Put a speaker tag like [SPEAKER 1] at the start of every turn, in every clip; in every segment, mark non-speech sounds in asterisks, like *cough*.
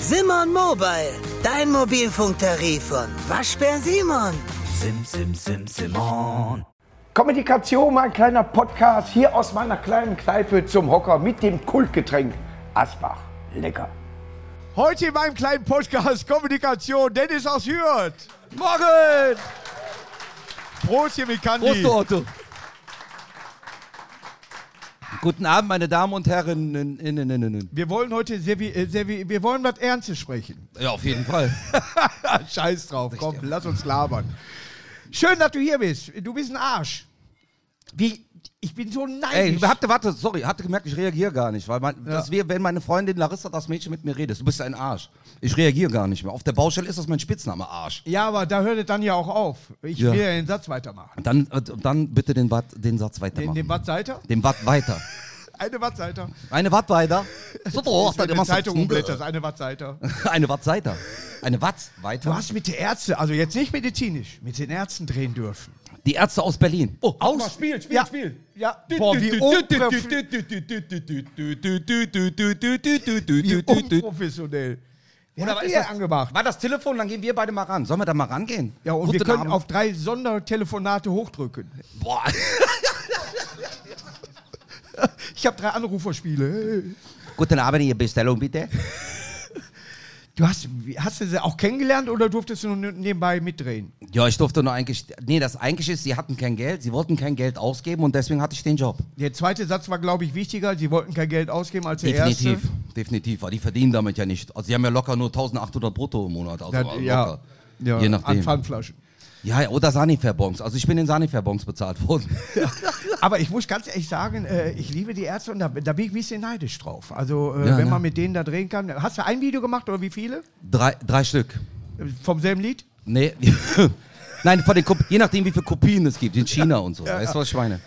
[SPEAKER 1] Simon Mobile, dein Mobilfunktarif von Waschbär Simon.
[SPEAKER 2] Sim, sim, sim, Simon.
[SPEAKER 3] Kommunikation, mein kleiner Podcast hier aus meiner kleinen Kneipe zum Hocker mit dem Kultgetränk Asbach. Lecker.
[SPEAKER 4] Heute in meinem kleinen Podcast Kommunikation, Dennis aus Hürth. Morgen! Prost hier mit Kandi.
[SPEAKER 5] Prost, Otto. Guten Abend, meine Damen und Herren. in- in- in- in- in.
[SPEAKER 4] Wir wollen heute sehr, wie- äh, sehr, wie- wir wollen was Ernstes sprechen.
[SPEAKER 5] Ja, auf jeden Fall.
[SPEAKER 4] *laughs* Scheiß drauf, komm, lass uns labern. Schön, dass du hier bist. Du bist ein Arsch. Wie, ich bin so
[SPEAKER 5] *laughs* Ey,
[SPEAKER 4] neidisch.
[SPEAKER 5] warte, warte, sorry, hatte gemerkt, ich reagiere gar nicht, weil mein, das wär, wenn meine Freundin Larissa das Mädchen mit mir redet, du bist ein Arsch. Ich reagiere gar nicht mehr. Auf der Baustelle ist das mein Spitzname, Arsch.
[SPEAKER 4] ja, aber da hört es dann ja auch auf. Ich
[SPEAKER 5] Ja.
[SPEAKER 4] will ja den Satz weitermachen.
[SPEAKER 5] Dann, äh, dann bitte den, Watt, den Satz
[SPEAKER 4] Den,
[SPEAKER 5] weitermachen.
[SPEAKER 4] den Wattseiter?
[SPEAKER 5] den Watt weiter.
[SPEAKER 4] Eine Wattseiter.
[SPEAKER 5] Eine Watt weiter. *laughs* So,
[SPEAKER 4] Wenn
[SPEAKER 5] doch, dann
[SPEAKER 4] du eine
[SPEAKER 5] Oh, machst du-
[SPEAKER 4] Zeitung umblätterst, eine Wattseiter.
[SPEAKER 5] *laughs* Eine Watt weiter. Eine Watt weiter.
[SPEAKER 4] Du hast mit den Ärzten, also jetzt nicht medizinisch, mit den Ärzten drehen dürfen.
[SPEAKER 5] Die Ärzte aus Berlin. Oh,
[SPEAKER 4] Aus? Spiel, Spiel, ja. Spiel. Ja, boah, wie, unprof wie unprofessionell. Wer hat die denn angemacht?
[SPEAKER 5] War das Telefon, dann gehen wir beide mal ran. Sollen wir da mal rangehen?
[SPEAKER 4] Ja, und wir
[SPEAKER 5] Guten
[SPEAKER 4] können
[SPEAKER 5] Abend.
[SPEAKER 4] auf drei Sondertelefonate hochdrücken.
[SPEAKER 5] Boah.
[SPEAKER 4] Ich habe drei Anruferspiele.
[SPEAKER 5] *laughs* Guten Abend, Ihre Bestellung bitte.
[SPEAKER 4] Du hast, wie- hast du sie auch kennengelernt oder durftest du nur nebenbei mitdrehen?
[SPEAKER 5] Ja, ich durfte nur eigentlich. Nee, das eigentlich ist, sie hatten kein Geld, sie wollten kein Geld ausgeben und deswegen hatte ich den Job.
[SPEAKER 4] Der zweite Satz war, glaube ich, wichtiger. Sie wollten kein Geld ausgeben als der
[SPEAKER 5] definitiv,
[SPEAKER 4] erste.
[SPEAKER 5] definitiv. Weil die verdienen damit ja nicht. Also, sie haben ja locker nur 1800 brutto im Monat. Also
[SPEAKER 4] Das,
[SPEAKER 5] locker.
[SPEAKER 4] ja, ja,
[SPEAKER 5] Je nachdem.
[SPEAKER 4] An Pfandflaschen.
[SPEAKER 5] Ja, ja, oder Sanifair-Bonks. Also, ich bin in Sanifair-Bonks bezahlt worden. *laughs*
[SPEAKER 4] Aber ich muss ganz ehrlich sagen, äh, ich liebe die Ärzte und da, da bin ich ein bisschen neidisch drauf. Also, äh,
[SPEAKER 5] Ja,
[SPEAKER 4] wenn
[SPEAKER 5] ne?
[SPEAKER 4] man mit denen da drehen kann. Hast du ein Video gemacht oder wie viele?
[SPEAKER 5] drei, drei Stück.
[SPEAKER 4] Äh, Vom selben Lied?
[SPEAKER 5] Nee. *laughs* Nein, von den Kop- je nachdem, wie viele Kopien es gibt, in China und so. weißt du was, Schweine?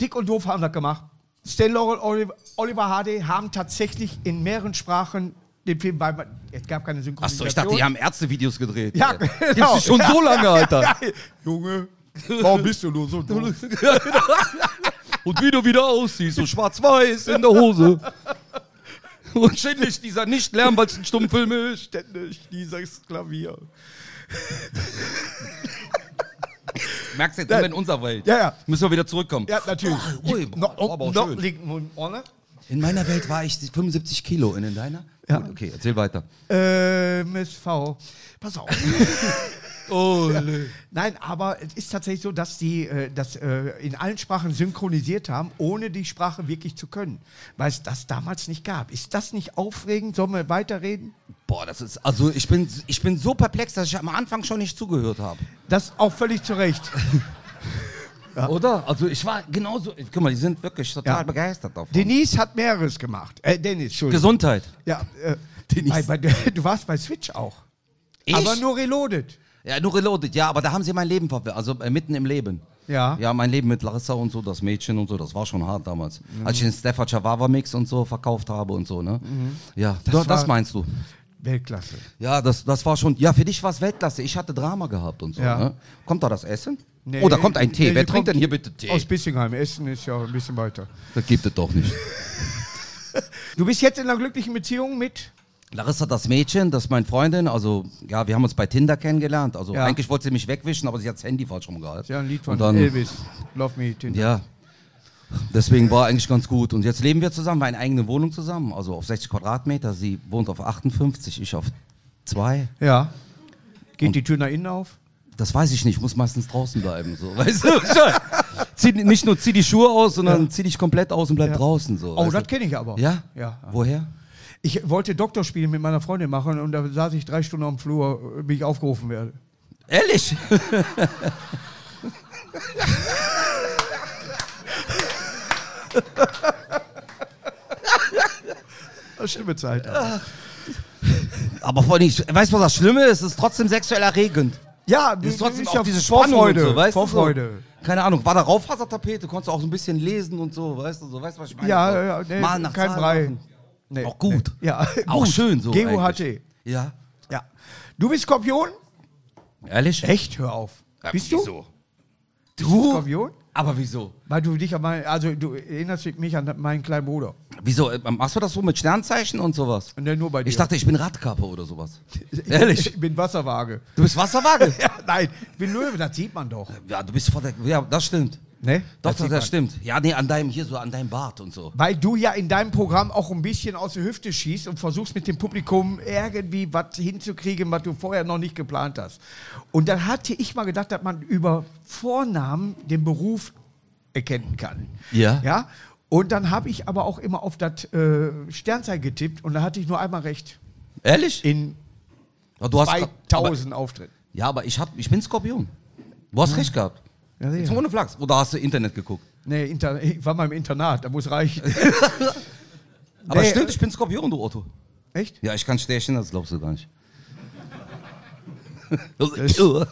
[SPEAKER 4] Dick und doof haben das gemacht. Stan Laurel, Oliver, Oliver Hardy haben tatsächlich in mehreren Sprachen den Film, weil man, es gab keine
[SPEAKER 5] Achso,
[SPEAKER 4] Synchronisation.
[SPEAKER 5] ich dachte, die haben Ärztevideos gedreht.
[SPEAKER 4] Ja,
[SPEAKER 5] Alter.
[SPEAKER 4] genau.
[SPEAKER 5] Gibt's die schon so lange, Alter.
[SPEAKER 4] Junge, warum bist du nur so doof?
[SPEAKER 5] *laughs* Und wie du wieder aussiehst, so schwarz-weiß in der Hose. Und ständig dieser nicht lärmwaldsten Stummfilm ist.
[SPEAKER 4] Ständig dieses Klavier.
[SPEAKER 5] Merkst du jetzt immer in unserer Welt.
[SPEAKER 4] Ja, ja.
[SPEAKER 5] Müssen wir wieder zurückkommen.
[SPEAKER 4] Ja, natürlich.
[SPEAKER 5] Oh, ui, boah,
[SPEAKER 4] Noch-
[SPEAKER 5] war aber auch
[SPEAKER 4] noch
[SPEAKER 5] schön.
[SPEAKER 4] linken Mund vorne.
[SPEAKER 5] In meiner Welt war ich 75 Kilo. Und in deiner? Ja. Gut, okay, erzähl weiter. Äh,
[SPEAKER 4] Ähm, SV. Pass
[SPEAKER 5] *laughs*
[SPEAKER 4] auf.
[SPEAKER 5] Ole.
[SPEAKER 4] Nein, aber es ist tatsächlich so, dass die äh, das äh, in allen Sprachen synchronisiert haben, ohne die Sprache wirklich zu können, weil es das damals nicht gab. Ist das nicht aufregend? Sollen wir weiterreden?
[SPEAKER 5] Boah, das ist. Also, ich bin, ich bin so perplex, dass ich am Anfang schon nicht zugehört habe.
[SPEAKER 4] Das auch völlig zu Recht.
[SPEAKER 5] *laughs* Oder? Also, ich war genauso. Guck mal, die sind wirklich total
[SPEAKER 4] Ja.
[SPEAKER 5] begeistert davon.
[SPEAKER 4] Denise hat mehreres gemacht. Äh, Dennis, Entschuldigung.
[SPEAKER 5] Gesundheit.
[SPEAKER 4] ja, äh,
[SPEAKER 5] *laughs* Denise.
[SPEAKER 4] Bei, bei, du *laughs* warst bei Switch auch.
[SPEAKER 5] Ich?
[SPEAKER 4] Aber nur reloaded.
[SPEAKER 5] Ja, nur reloaded, ja, aber da haben sie mein Leben verwirrt, also äh, mitten im Leben.
[SPEAKER 4] Ja.
[SPEAKER 5] Ja, mein Leben mit Larissa und so, das Mädchen und so, das war schon hart damals.
[SPEAKER 4] Mhm.
[SPEAKER 5] Als ich den Stafford Chavawa Mix und so verkauft habe und so, ne? Ja, das,
[SPEAKER 4] Das
[SPEAKER 5] das
[SPEAKER 4] Mhm. war-
[SPEAKER 5] meinst du.
[SPEAKER 4] Weltklasse.
[SPEAKER 5] Ja, das, das war schon, ja, für dich war es Weltklasse. Ich hatte Drama gehabt und so,
[SPEAKER 4] Ja.
[SPEAKER 5] ne? Kommt Oh, da das Essen?
[SPEAKER 4] Nee.
[SPEAKER 5] Oder kommt ein Tee?
[SPEAKER 4] Nee,
[SPEAKER 5] Wer
[SPEAKER 4] die kommt
[SPEAKER 5] trinkt denn hier bitte Tee?
[SPEAKER 4] Aus Bissingheim. Essen ist ja ein bisschen weiter.
[SPEAKER 5] das gibt es doch nicht.
[SPEAKER 4] Du bist jetzt in einer glücklichen Beziehung mit?
[SPEAKER 5] Larissa, das Mädchen, das ist meine Freundin, also, ja, wir haben uns bei Tinder kennengelernt. Also,
[SPEAKER 4] Ja.
[SPEAKER 5] eigentlich wollte sie mich wegwischen, aber sie hat das Handy falsch rumgehalten.
[SPEAKER 4] Ja, ein Lied von
[SPEAKER 5] Und dann-
[SPEAKER 4] Elvis. Love Me. Tinder.
[SPEAKER 5] Ja. Deswegen war eigentlich ganz gut. Und jetzt leben wir zusammen, wir haben eine eigene Wohnung zusammen, also auf 60 Quadratmeter. Sie wohnt auf 58, ich auf 2.
[SPEAKER 4] Ja. Geht die Tür nach innen auf?
[SPEAKER 5] Das weiß ich nicht, ich muss meistens draußen bleiben. So. *laughs* Weißt du? Schon. zieh, nicht nur zieh die Schuhe aus, sondern zieh dich komplett aus und bleib draußen. So,
[SPEAKER 4] Oh,
[SPEAKER 5] weißt
[SPEAKER 4] das
[SPEAKER 5] du?
[SPEAKER 4] kenne ich aber.
[SPEAKER 5] Also ja?
[SPEAKER 4] ja?
[SPEAKER 5] Woher?
[SPEAKER 4] Ich wollte Doktorspiele mit meiner Freundin machen und da saß ich drei Stunden am Flur, wie ich aufgerufen werde.
[SPEAKER 5] Ehrlich? *laughs*
[SPEAKER 4] Schlimme Zeit.
[SPEAKER 5] Aber vor allem, ich- weißt du, was das Schlimme ist? Es ist trotzdem sexuell erregend.
[SPEAKER 4] Ja, das
[SPEAKER 5] Es ist trotzdem auch
[SPEAKER 4] ja
[SPEAKER 5] diese Spannung
[SPEAKER 4] Vorfreude.
[SPEAKER 5] und so, weißt du?
[SPEAKER 4] Vorfreude.
[SPEAKER 5] So. Keine Ahnung, war da Rauffasertapete, konntest du auch so ein bisschen lesen und so, weißt du, so, weißt du, was ich meine?
[SPEAKER 4] Ja,
[SPEAKER 5] So,
[SPEAKER 4] ja, ja, nee,
[SPEAKER 5] Mal nach
[SPEAKER 4] kein
[SPEAKER 5] Zahl
[SPEAKER 4] Brei.
[SPEAKER 5] machen.
[SPEAKER 4] Nee,
[SPEAKER 5] Auch gut.
[SPEAKER 4] nee. Ja, *laughs*
[SPEAKER 5] Auch
[SPEAKER 4] gut.
[SPEAKER 5] schön so.
[SPEAKER 4] GUHT.
[SPEAKER 5] eigentlich. Ja.
[SPEAKER 4] Ja. Du bist Skorpion?
[SPEAKER 5] Ehrlich?
[SPEAKER 4] Echt? Hör auf.
[SPEAKER 5] Ja,
[SPEAKER 4] bist du?
[SPEAKER 5] wieso?
[SPEAKER 4] Du? Skorpion?
[SPEAKER 5] Aber wieso?
[SPEAKER 4] Weil du dich an mein, also du erinnerst mich an meinen kleinen Bruder.
[SPEAKER 5] Wieso? äh, Machst du das so mit Sternzeichen und sowas?
[SPEAKER 4] Nee, nur bei dir.
[SPEAKER 5] Ich dachte, ich bin Radkappe oder sowas. Ehrlich?
[SPEAKER 4] *laughs* Ich bin Wasserwaage. *laughs*
[SPEAKER 5] Du bist Wasserwaage?
[SPEAKER 4] Ja, nein, ich bin Löwe, das sieht man doch.
[SPEAKER 5] Ja, du bist vor der. Ja, das stimmt.
[SPEAKER 4] Ne?
[SPEAKER 5] Doch,
[SPEAKER 4] sieht
[SPEAKER 5] das,
[SPEAKER 4] man.
[SPEAKER 5] das stimmt. Ja, nee, an deinem hier so, an deinem Bart und so.
[SPEAKER 4] Weil du ja in deinem Programm auch ein bisschen aus der Hüfte schießt und versuchst mit dem Publikum irgendwie was hinzukriegen, was du vorher noch nicht geplant hast. Und dann hatte ich mal gedacht, dass man über Vornamen den Beruf erkennen kann.
[SPEAKER 5] Ja.
[SPEAKER 4] Ja. Und dann habe ich aber auch immer auf das äh, Sternzeichen getippt und da hatte ich nur einmal recht.
[SPEAKER 5] Ehrlich?
[SPEAKER 4] In
[SPEAKER 5] Ja, du hast gra- aber,
[SPEAKER 4] 2000 Auftritten.
[SPEAKER 5] ja, aber ich, hab, ich bin Skorpion. Du hast recht gehabt.
[SPEAKER 4] Ja,
[SPEAKER 5] Jetzt
[SPEAKER 4] sicher.
[SPEAKER 5] mal ohne Flachs. Oder hast du Internet geguckt?
[SPEAKER 4] Nee, Inter ich war mal im Internat, da muss
[SPEAKER 5] *laughs*
[SPEAKER 4] reichen.
[SPEAKER 5] Aber
[SPEAKER 4] Nee, äh,
[SPEAKER 5] stimmt, ich bin Skorpion, du Otto.
[SPEAKER 4] Echt?
[SPEAKER 5] Ja, ich kann Stärchen, das glaubst du gar nicht.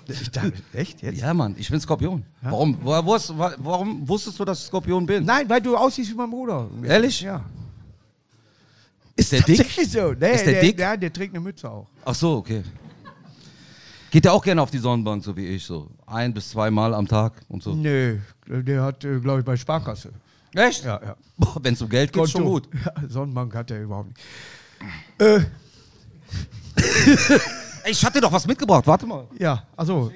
[SPEAKER 4] Ich dachte, echt jetzt?
[SPEAKER 5] *laughs* ja, Mann, ich bin Skorpion. Warum, wo, wo hast, wa- warum wusstest du, dass ich Skorpion bin?
[SPEAKER 4] Nein, weil du aussiehst wie mein Bruder.
[SPEAKER 5] Ehrlich?
[SPEAKER 4] Ja.
[SPEAKER 5] Ist der dick?
[SPEAKER 4] Tatsächlich so. Nee,
[SPEAKER 5] Ist der dick?
[SPEAKER 4] Ja, der trägt eine Mütze auch.
[SPEAKER 5] Ach so, okay. Geht der auch gerne auf die Sonnenbank, so wie ich, so ein bis zweimal am Tag und so.
[SPEAKER 4] Nee, der hat, glaube ich, bei Sparkasse.
[SPEAKER 5] Echt?
[SPEAKER 4] Ja, ja.
[SPEAKER 5] Boah, wenn es um Geld geht, schon gut. Äh.
[SPEAKER 4] Ja, Sonnenbank hat er überhaupt nicht. Äh,
[SPEAKER 5] Ey, ich hatte doch was mitgebracht, warte mal.
[SPEAKER 4] Ja, also,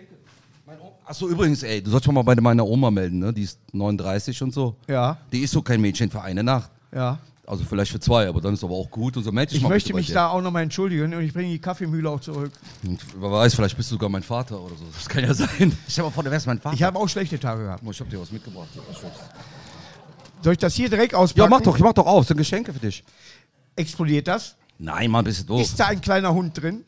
[SPEAKER 5] Achso, übrigens, ey, du sollst schon mal bei meiner Oma melden, ne? Die ist 39 und so.
[SPEAKER 4] Ja.
[SPEAKER 5] Die ist so kein Mädchen für eine Nacht.
[SPEAKER 4] ja.
[SPEAKER 5] Also vielleicht für zwei, aber dann ist aber auch gut und so melde dich
[SPEAKER 4] Ich
[SPEAKER 5] mal
[SPEAKER 4] möchte
[SPEAKER 5] bitte bei
[SPEAKER 4] mich
[SPEAKER 5] dir.
[SPEAKER 4] da auch nochmal entschuldigen und ich bringe die Kaffeemühle auch zurück.
[SPEAKER 5] Und wer weiß, vielleicht bist du sogar mein Vater oder so. Das kann ja sein. Ich habe vor, du wärst mein Vater.
[SPEAKER 4] Ich habe auch schlechte Tage gehabt.
[SPEAKER 5] ich hab dir was mitgebracht.
[SPEAKER 4] Soll ich das hier direkt auspacken?
[SPEAKER 5] Ja, mach doch, mach doch auf. Sind Geschenke für dich.
[SPEAKER 4] Explodiert das?
[SPEAKER 5] Nein, Mann, bist du doof.
[SPEAKER 4] Ist da ein kleiner Hund
[SPEAKER 5] *laughs*
[SPEAKER 4] drin?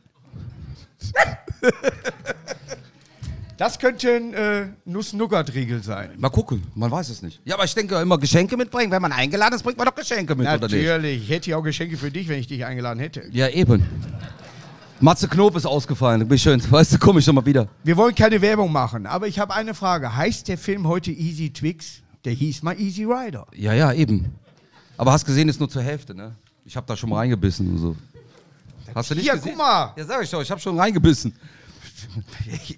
[SPEAKER 4] Das könnte ein äh, Nuss-Nougat-Riegel sein.
[SPEAKER 5] Mal gucken, man weiß es nicht. Ja, aber ich denke immer Geschenke mitbringen. Wenn man eingeladen ist, bringt man doch Geschenke mit, oder nicht?
[SPEAKER 4] Natürlich. Ich hätte ja auch Geschenke für dich, wenn ich dich eingeladen hätte.
[SPEAKER 5] Ja, eben. Matze Knob ist ausgefallen. Bin schön. Weißt du, komm ich nochmal wieder.
[SPEAKER 4] Wir wollen keine Werbung machen, aber ich habe eine Frage. Heißt der Film heute Easy Twix? Der hieß mal Easy Rider.
[SPEAKER 5] Ja, ja, eben. Aber hast gesehen, ist nur zur Hälfte, ne? Ich hab da schon mal reingebissen und so. Hast du nicht
[SPEAKER 4] Hier,
[SPEAKER 5] gesehen?
[SPEAKER 4] guck mal. *laughs*
[SPEAKER 5] Ja, sag ich doch, ich hab schon reingebissen.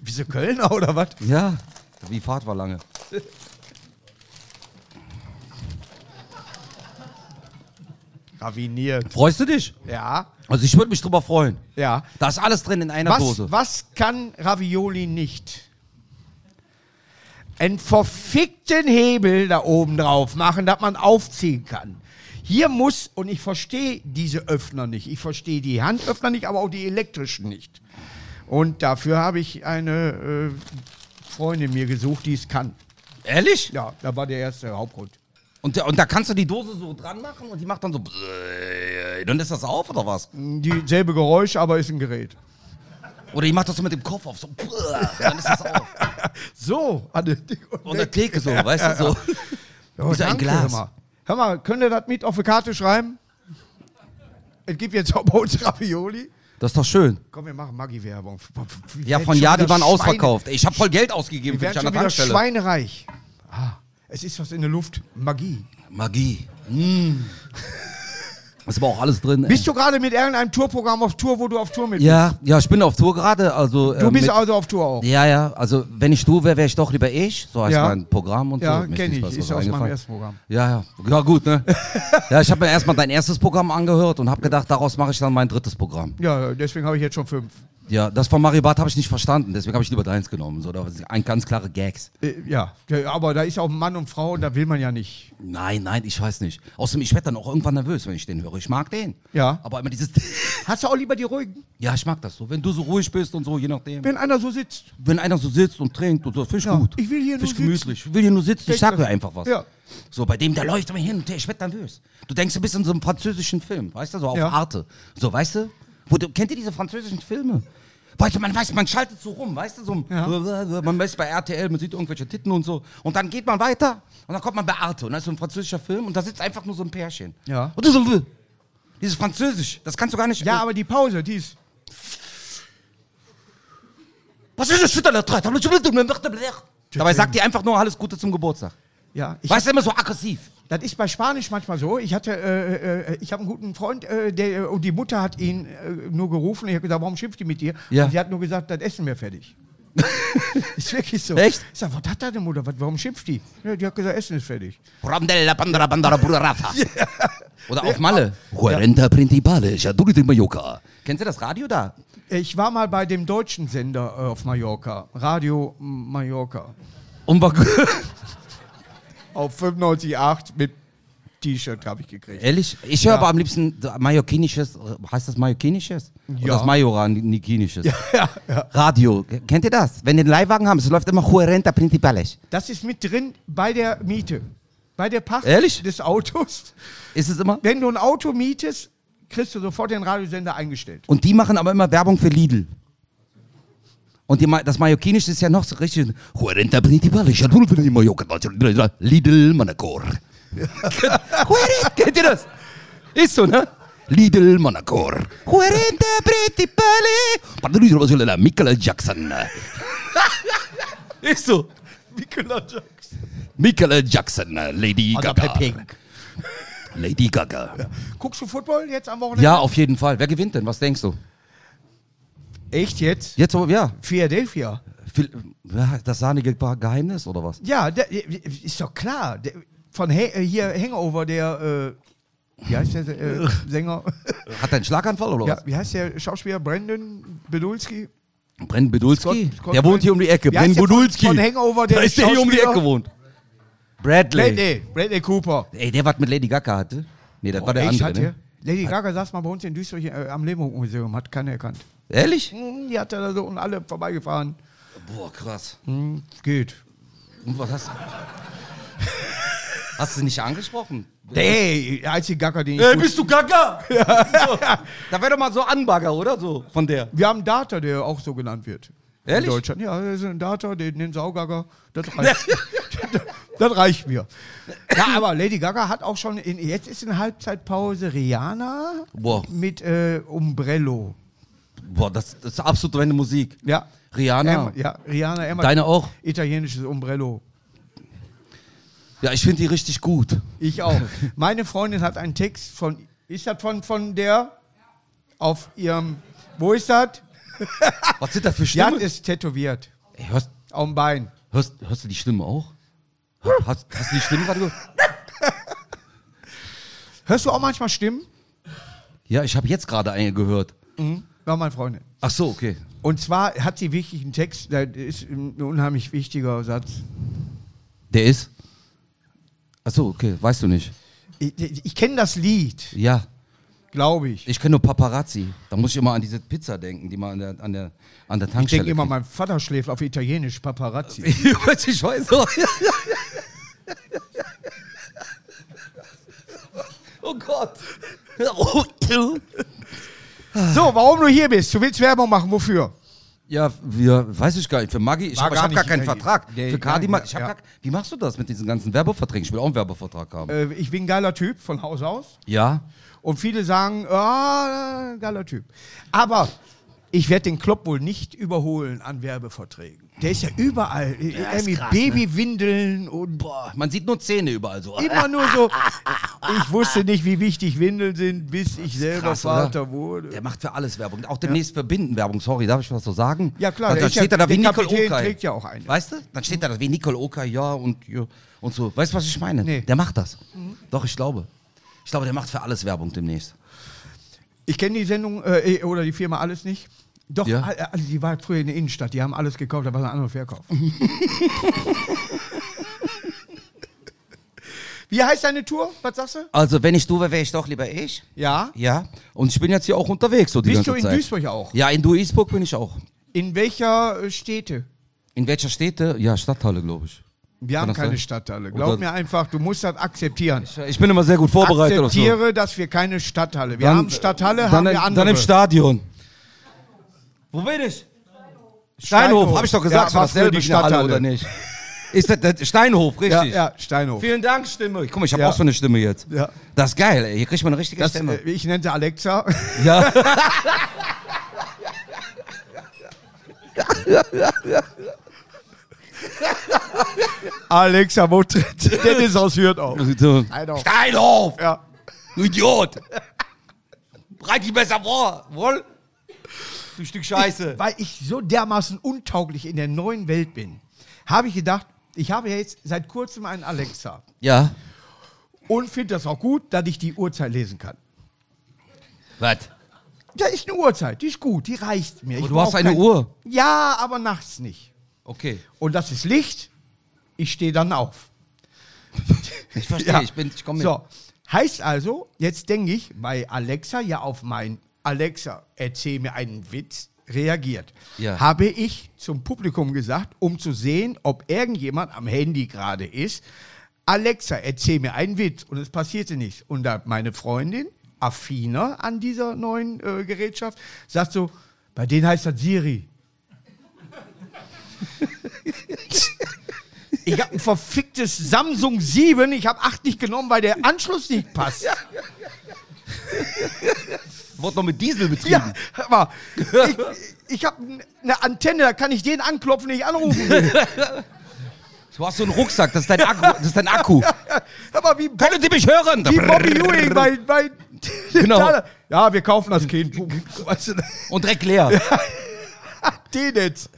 [SPEAKER 4] Bist du Kölner oder was?
[SPEAKER 5] Ja, die Fahrt war lange.
[SPEAKER 4] Raviniert.
[SPEAKER 5] Freust du dich?
[SPEAKER 4] Ja,
[SPEAKER 5] Also ich würde mich drüber freuen.
[SPEAKER 4] ja.
[SPEAKER 5] Da ist alles drin in einer Dose.
[SPEAKER 4] Was, was kann Ravioli nicht? Einen verfickten Hebel da oben drauf machen, dass man aufziehen kann. Hier muss, und ich verstehe diese Öffner nicht, ich verstehe die Handöffner nicht, aber auch die elektrischen nicht. Und dafür habe ich eine äh, Freundin mir gesucht, die es kann.
[SPEAKER 5] Ehrlich?
[SPEAKER 4] Ja, da war der erste Hauptgrund.
[SPEAKER 5] Und, da- und da kannst du die Dose so dran machen und die macht dann so. Dann ist das auf oder was?
[SPEAKER 4] Dieselbe Geräusch, aber ist ein Gerät.
[SPEAKER 5] Oder die macht das so mit dem Kopf auf. So. Dann ist das auf.
[SPEAKER 4] So, Anne.
[SPEAKER 5] Und der Theke so, weißt du so.
[SPEAKER 4] Oh,
[SPEAKER 5] Wie so ein
[SPEAKER 4] danke,
[SPEAKER 5] Glas.
[SPEAKER 4] Hör mal. hör mal, könnt ihr das mit auf die Karte schreiben? Es gibt jetzt auch bei uns Ravioli.
[SPEAKER 5] Das ist doch schön.
[SPEAKER 4] Komm, wir machen Maggi-Werbung. Wir
[SPEAKER 5] Ja,
[SPEAKER 4] werden
[SPEAKER 5] von
[SPEAKER 4] schon
[SPEAKER 5] ja, die
[SPEAKER 4] wieder
[SPEAKER 5] waren
[SPEAKER 4] Schweine-
[SPEAKER 5] ausverkauft. Ich habe voll Geld ausgegeben
[SPEAKER 4] Wir
[SPEAKER 5] für dich
[SPEAKER 4] werden
[SPEAKER 5] an
[SPEAKER 4] schon
[SPEAKER 5] der
[SPEAKER 4] wieder
[SPEAKER 5] Tankstelle.
[SPEAKER 4] schweinereich. Ah, es ist was in der Luft. Magie.
[SPEAKER 5] Magie. Mm.
[SPEAKER 4] *laughs*
[SPEAKER 5] Ist aber auch alles drin. Ey.
[SPEAKER 4] Bist du gerade mit irgendeinem Tourprogramm auf Tour, wo du auf Tour mit
[SPEAKER 5] ja, ja, ich bin auf Tour gerade. Also,
[SPEAKER 4] bist? Du bist also auf Tour auch.
[SPEAKER 5] Ja, ja, also wenn ich du wäre, wäre ich doch lieber ich. So heißt
[SPEAKER 4] Ja.
[SPEAKER 5] mein Programm und
[SPEAKER 4] Ja,
[SPEAKER 5] so. Mir
[SPEAKER 4] kenn
[SPEAKER 5] nichts
[SPEAKER 4] ich.
[SPEAKER 5] Besseres
[SPEAKER 4] Ist aus meinem
[SPEAKER 5] eingefallen.
[SPEAKER 4] ersten Programm.
[SPEAKER 5] Ja, ja. Ja, gut, ne? *laughs* ja, ich habe mir erstmal dein erstes Programm angehört und habe gedacht, daraus mache ich dann mein drittes Programm.
[SPEAKER 4] Ja, deswegen habe ich jetzt schon fünf.
[SPEAKER 5] Ja, das von Mario Barth habe ich nicht verstanden, deswegen habe ich lieber deins genommen. So, da ein ganz klare Gags.
[SPEAKER 4] Äh, ja. ja, aber da ist auch Mann und Frau und da will man ja nicht.
[SPEAKER 5] Nein, nein, ich weiß nicht. Außerdem, ich werde dann auch irgendwann nervös, wenn ich den höre. Ich mag den.
[SPEAKER 4] Ja.
[SPEAKER 5] Aber immer dieses. *laughs*
[SPEAKER 4] Hast du auch lieber die ruhigen?
[SPEAKER 5] ja, ich mag das so. Wenn du so ruhig bist und so, je nachdem.
[SPEAKER 4] Wenn einer so sitzt.
[SPEAKER 5] Wenn einer so sitzt und trinkt und so, finde ich
[SPEAKER 4] Ja,
[SPEAKER 5] gut.
[SPEAKER 4] ich will hier
[SPEAKER 5] Find ich
[SPEAKER 4] nur
[SPEAKER 5] gemütlich. Ich will hier nur sitzen, ich sage
[SPEAKER 4] das-
[SPEAKER 5] einfach was.
[SPEAKER 4] Ja.
[SPEAKER 5] So, bei dem, der läuft immer hin und her, ich werd nervös. Du denkst, du bist in so einem französischen Film, weißt du, so auf
[SPEAKER 4] Ja.
[SPEAKER 5] Arte. So, weißt du? Wo, du- kennt ihr diese französischen Filme? Weißt du, man weiß, man schaltet so rum, weißt du, so, man ist bei RTL, man sieht irgendwelche Titten und so. Und dann geht man weiter und dann kommt man bei Arte und da ist so ein französischer Film und da sitzt einfach nur so ein Pärchen.
[SPEAKER 4] Ja.
[SPEAKER 5] Und du so, dieses Französisch, das kannst du gar nicht. äh,
[SPEAKER 4] Ja, aber die Pause, die ist.
[SPEAKER 5] was ist das für eine Tracht? Dabei sagt die einfach nur alles Gute zum Geburtstag.
[SPEAKER 4] Ja, ich
[SPEAKER 5] Weißt du, immer so aggressiv.
[SPEAKER 4] Das ist bei Spanisch manchmal so. Ich hatte, äh, äh, ich habe einen guten Freund, äh, der und die Mutter hat ihn äh, nur gerufen. Ich habe gesagt, warum schimpft die mit dir?
[SPEAKER 5] Ja. *laughs*
[SPEAKER 4] Und sie hat nur gesagt, das Essen wäre fertig. ist wirklich so.
[SPEAKER 5] Echt?
[SPEAKER 4] Ich sag, was hat deine Mutter? Was, warum schimpft die? Ja, die hat gesagt, Essen ist fertig.
[SPEAKER 5] Rondella, Pandra, Pandra, Pura, Rafa. Oder auf Malle. Quarenta Principale, Schaduri di Mallorca. Kennst du das Radio da?
[SPEAKER 4] Ich war mal bei dem deutschen Sender äh, auf Mallorca, Radio m, Mallorca,
[SPEAKER 5] Und war
[SPEAKER 4] auf 95,8 mit T-Shirt habe ich gekriegt.
[SPEAKER 5] *laughs* Ehrlich? Ich höre aber am liebsten so mallorquinisches, heißt das mallorquinisches? Oder das majoranikinisches?
[SPEAKER 4] Ja, ja.
[SPEAKER 5] Radio, kennt ihr das? Wenn ihr den Leihwagen haben, es läuft immer Quarenta Principales.
[SPEAKER 4] Das ist mit drin bei der Miete, bei der Pacht
[SPEAKER 5] Ehrlich?
[SPEAKER 4] des Autos.
[SPEAKER 5] Ist es immer?
[SPEAKER 4] Wenn du ein Auto mietest, kriegst du sofort den Radiosender eingestellt.
[SPEAKER 5] Und die machen aber immer Werbung für Lidl. Und die, Ma- das Mallorquinische ist ja noch so richtig. Quarenta Principale, Schaduri di Mallorca. Lidl Manacor. Quarenta, kennt ihr das? Ist so, ne? Lidl Manacor. Quarenta Principale. Padre Rosio della Michael Jackson. Ist so.
[SPEAKER 4] Also
[SPEAKER 5] Michael Jackson, Lady Gaga. Lady Gaga.
[SPEAKER 4] Guckst du Football jetzt am Wochenende?
[SPEAKER 5] Ja, auf jeden Fall. Wer gewinnt denn? Was denkst du?
[SPEAKER 4] Echt jetzt?
[SPEAKER 5] Jetzt, aber- ja.
[SPEAKER 4] Philadelphia.
[SPEAKER 5] Viel- ja, Das sahnige Geheimnis oder was?
[SPEAKER 4] Ja, der, ist doch klar. Der, von Ha- äh, hier Hangover, der, äh, wie heißt der
[SPEAKER 5] *laughs*
[SPEAKER 4] äh, Sänger?
[SPEAKER 5] Hat er einen Schlaganfall oder
[SPEAKER 4] ja, wie heißt der Schauspieler? Brandon Bedulski?
[SPEAKER 5] was? Brenn Budulski?
[SPEAKER 4] Scott- Scott
[SPEAKER 5] der wohnt hier um die Ecke.
[SPEAKER 4] Wie heißt
[SPEAKER 5] Brenn
[SPEAKER 4] der von-
[SPEAKER 5] Budulski.
[SPEAKER 4] von Hangover, der
[SPEAKER 5] da ist der hier um die
[SPEAKER 4] Schauspieler?
[SPEAKER 5] Ecke wohnt. Bradley.
[SPEAKER 4] Bradley, Bradley Cooper.
[SPEAKER 5] Ey, der was mit Lady Gaga hatte? Nee, das war der
[SPEAKER 4] Echt,
[SPEAKER 5] andere.
[SPEAKER 4] hat
[SPEAKER 5] Ne?
[SPEAKER 4] der? Lady Gaga saß mal bei uns in Duisburg äh, am Lehmung-Museum, hat keiner erkannt.
[SPEAKER 5] Ehrlich?
[SPEAKER 4] Hm, Die hat da so und alle vorbeigefahren.
[SPEAKER 5] Boah, krass.
[SPEAKER 4] Hm, geht.
[SPEAKER 5] Und was hast du? hast du nicht angesprochen?
[SPEAKER 4] Nee, der einzige Gacker, den ich.
[SPEAKER 5] Ey,
[SPEAKER 4] gut-
[SPEAKER 5] bist du Gaga? *laughs* So. Da wäre doch mal so Anbagger, oder? So, von der.
[SPEAKER 4] Wir haben einen Data, der auch so genannt wird.
[SPEAKER 5] Ehrlich?
[SPEAKER 4] In Deutschland. Ja, das ist ein Data, den, den Saugager. Das
[SPEAKER 5] *laughs*
[SPEAKER 4] reicht. *laughs* das reicht mir. Ja, aber Lady Gaga hat auch schon, in, jetzt ist in Halbzeitpause Rihanna
[SPEAKER 5] Boah.
[SPEAKER 4] mit äh, Umbrello.
[SPEAKER 5] Boah, das, das ist absolut meine Musik.
[SPEAKER 4] Ja.
[SPEAKER 5] Rihanna.
[SPEAKER 4] Emma, ja, Rihanna Emma.
[SPEAKER 5] Genau. Deine auch?
[SPEAKER 4] Italienisches Umbrello.
[SPEAKER 5] Ja, ich finde die richtig gut.
[SPEAKER 4] Ich auch. Meine Freundin hat einen Text von, ist das von, von der? Auf ihrem, wo ist das?
[SPEAKER 5] Was sind da für
[SPEAKER 4] Die hat
[SPEAKER 5] Stimmen?
[SPEAKER 4] es tätowiert.
[SPEAKER 5] Ey, hörst,
[SPEAKER 4] Auf dem Bein.
[SPEAKER 5] hörst, hörst du die Stimme auch? Hast, hast du die Stimme gerade gehört?
[SPEAKER 4] Hörst du auch manchmal Stimmen?
[SPEAKER 5] Ja, ich habe jetzt gerade eine gehört.
[SPEAKER 4] War meine Freundin.
[SPEAKER 5] Ach so, okay.
[SPEAKER 4] Und zwar hat sie wirklich einen Text, da ist ein unheimlich wichtiger Satz.
[SPEAKER 5] Der ist? Ach so, okay, weißt du nicht.
[SPEAKER 4] Ich, ich, ich kenne das Lied,
[SPEAKER 5] Ja,
[SPEAKER 4] glaube ich.
[SPEAKER 5] ich kenne nur Paparazzi. Da muss ich immer an diese Pizza denken, die man an der, an der, an der
[SPEAKER 4] Ich
[SPEAKER 5] Tankstelle
[SPEAKER 4] denke immer, mein Vater schläft auf Italienisch, Paparazzi.
[SPEAKER 5] kriegt. Was ich *laughs*
[SPEAKER 4] *laughs*
[SPEAKER 5] weiß auch. Oh Gott. Oh,
[SPEAKER 4] So, warum du hier bist? Du willst Werbung machen, wofür?
[SPEAKER 5] Ja, wir, weiß ich gar nicht. Für Maggi, ich
[SPEAKER 4] War
[SPEAKER 5] habe
[SPEAKER 4] gar
[SPEAKER 5] hab gar
[SPEAKER 4] nicht
[SPEAKER 5] keinen
[SPEAKER 4] in-
[SPEAKER 5] Vertrag.
[SPEAKER 4] Nee,
[SPEAKER 5] Für
[SPEAKER 4] gar
[SPEAKER 5] Kadi,
[SPEAKER 4] nicht,
[SPEAKER 5] Mag- ich hab
[SPEAKER 4] ja.
[SPEAKER 5] gar, wie machst du das mit diesen ganzen Werbeverträgen? Ich will auch einen Werbevertrag haben.
[SPEAKER 4] Äh, ich bin ein geiler Typ von Haus aus.
[SPEAKER 5] Ja?
[SPEAKER 4] Und viele sagen, ah, geiler Typ. Aber ich werde den Klopp wohl nicht überholen an Werbeverträgen. Der ist ja überall. er mit Babywindeln und
[SPEAKER 5] Boah, man sieht nur Zähne überall so. Äh,
[SPEAKER 4] immer nur so. Ich wusste nicht, wie wichtig Windeln sind, bis ich selber
[SPEAKER 5] krass, oder?
[SPEAKER 4] Vater wurde.
[SPEAKER 5] Der macht für alles Werbung. Auch demnächst für Bindenwerbung. Sorry, darf ich was so sagen?
[SPEAKER 4] Ja, klar,
[SPEAKER 5] Dann,
[SPEAKER 4] der
[SPEAKER 5] dann
[SPEAKER 4] ist ja-
[SPEAKER 5] steht er da wie
[SPEAKER 4] der
[SPEAKER 5] Nicole
[SPEAKER 4] Kapitän
[SPEAKER 5] Okay.
[SPEAKER 4] trägt ja auch eine.
[SPEAKER 5] Weißt du? Dann steht er da wie Nicole Okay, ja und, ja, und so. Weißt du, was ich meine?
[SPEAKER 4] Nee. Mhm.
[SPEAKER 5] Der macht das. Doch, ich glaube. Ich glaube, der macht für alles Werbung demnächst.
[SPEAKER 4] Ich kenne die Sendung äh, oder die Firma alles nicht. Doch,
[SPEAKER 5] Ja.
[SPEAKER 4] all- also die war früher in der Innenstadt, die haben alles gekauft, da war ein anderer Verkauf.
[SPEAKER 5] *laughs*
[SPEAKER 4] Wie heißt deine Tour? Was sagst du?
[SPEAKER 5] Also, wenn ich du wäre, wäre ich doch lieber ich.
[SPEAKER 4] Ja.
[SPEAKER 5] Ja. Und ich bin jetzt hier auch unterwegs so die
[SPEAKER 4] Bist
[SPEAKER 5] ganze
[SPEAKER 4] du in
[SPEAKER 5] Zeit.
[SPEAKER 4] Duisburg auch?
[SPEAKER 5] Ja, in Duisburg bin ich auch.
[SPEAKER 4] In welcher äh, Städte?
[SPEAKER 5] In welcher Städte? Ja, Stadthalle, glaube ich.
[SPEAKER 4] Wir
[SPEAKER 5] Kann
[SPEAKER 4] haben
[SPEAKER 5] das
[SPEAKER 4] keine
[SPEAKER 5] sein?
[SPEAKER 4] Stadthalle.
[SPEAKER 5] Oder-
[SPEAKER 4] Glaub mir einfach, du musst das akzeptieren.
[SPEAKER 5] Ich bin immer sehr gut vorbereitet. oder
[SPEAKER 4] Akzeptiere, dass wir keine Stadthalle. Wir haben Stadthalle,
[SPEAKER 5] dann,
[SPEAKER 4] haben
[SPEAKER 5] in-
[SPEAKER 4] wir andere.
[SPEAKER 5] Dann im Stadion. Wo bin ich? Steinhof,
[SPEAKER 4] Steinhof.
[SPEAKER 5] hab ich
[SPEAKER 4] Ja,
[SPEAKER 5] doch gesagt,
[SPEAKER 4] war
[SPEAKER 5] war dasselbe
[SPEAKER 4] früher die
[SPEAKER 5] die Halle
[SPEAKER 4] Stadthalle.
[SPEAKER 5] oder nicht? Ist das, das Steinhof,
[SPEAKER 4] ja,
[SPEAKER 5] richtig?
[SPEAKER 4] ja, Steinhof.
[SPEAKER 5] Vielen Dank, Stimme. Guck mal, ich habe
[SPEAKER 4] Ja.
[SPEAKER 5] auch so eine Stimme jetzt.
[SPEAKER 4] Ja.
[SPEAKER 5] Das ist geil, ey. Hier kriegt man eine richtige
[SPEAKER 4] Das,
[SPEAKER 5] Stimme.
[SPEAKER 4] äh, ich nenne sie Alexa.
[SPEAKER 5] Ja.
[SPEAKER 4] *laughs* Alexa, wo tritt Dennis aus Hürth auf? Steinhof.
[SPEAKER 5] Steinhof,
[SPEAKER 4] Ja.
[SPEAKER 5] du Idiot. Breit dich besser vor. Wohl? Du Stück Scheiße.
[SPEAKER 4] weil ich so dermaßen untauglich in der neuen Welt bin, habe ich gedacht, ich habe ja jetzt seit kurzem einen Alexa
[SPEAKER 5] Ja.
[SPEAKER 4] und finde das auch gut, dass ich die Uhrzeit lesen kann.
[SPEAKER 5] Was?
[SPEAKER 4] Da ist eine Uhrzeit, die ist gut, die reicht mir.
[SPEAKER 5] Aber
[SPEAKER 4] Ich
[SPEAKER 5] du hast
[SPEAKER 4] brauch
[SPEAKER 5] eine
[SPEAKER 4] kein-
[SPEAKER 5] Uhr.
[SPEAKER 4] Ja, aber nachts nicht.
[SPEAKER 5] Okay.
[SPEAKER 4] Und das ist Licht, ich stehe dann auf.
[SPEAKER 5] Ich verstehe,
[SPEAKER 4] Ja.
[SPEAKER 5] ich bin, ich komme mit.
[SPEAKER 4] So, heißt also, jetzt denke ich bei Alexa ja auf mein Alexa, erzähl mir einen Witz, reagiert.
[SPEAKER 5] Ja.
[SPEAKER 4] Habe ich zum Publikum gesagt, um zu sehen, ob irgendjemand am Handy gerade ist. Alexa, erzähl mir einen Witz. Und es passierte nichts. Und da meine Freundin, affiner an dieser neuen äh, Gerätschaft, sagt so, bei denen heißt das Siri. Ich habe ein verficktes Samsung 7, ich habe 8 nicht genommen, weil der Anschluss nicht passt.
[SPEAKER 5] Wurde noch mit Diesel betrieben.
[SPEAKER 4] Ja, hör mal, ich, ich habe eine Antenne, da kann ich den anklopfen, den ich anrufen will.
[SPEAKER 5] Du hast so einen Rucksack, das ist dein Akku. Das ist
[SPEAKER 4] *laughs*
[SPEAKER 5] dein Akku.
[SPEAKER 4] Hör mal, wie,
[SPEAKER 5] Können Sie mich hören?
[SPEAKER 4] wie Bobby Ewing bei, bei
[SPEAKER 5] Genau.
[SPEAKER 4] Ja, wir kaufen das Kind. Weißt du, *laughs*
[SPEAKER 5] Und Dreck leer.
[SPEAKER 4] T-Netz.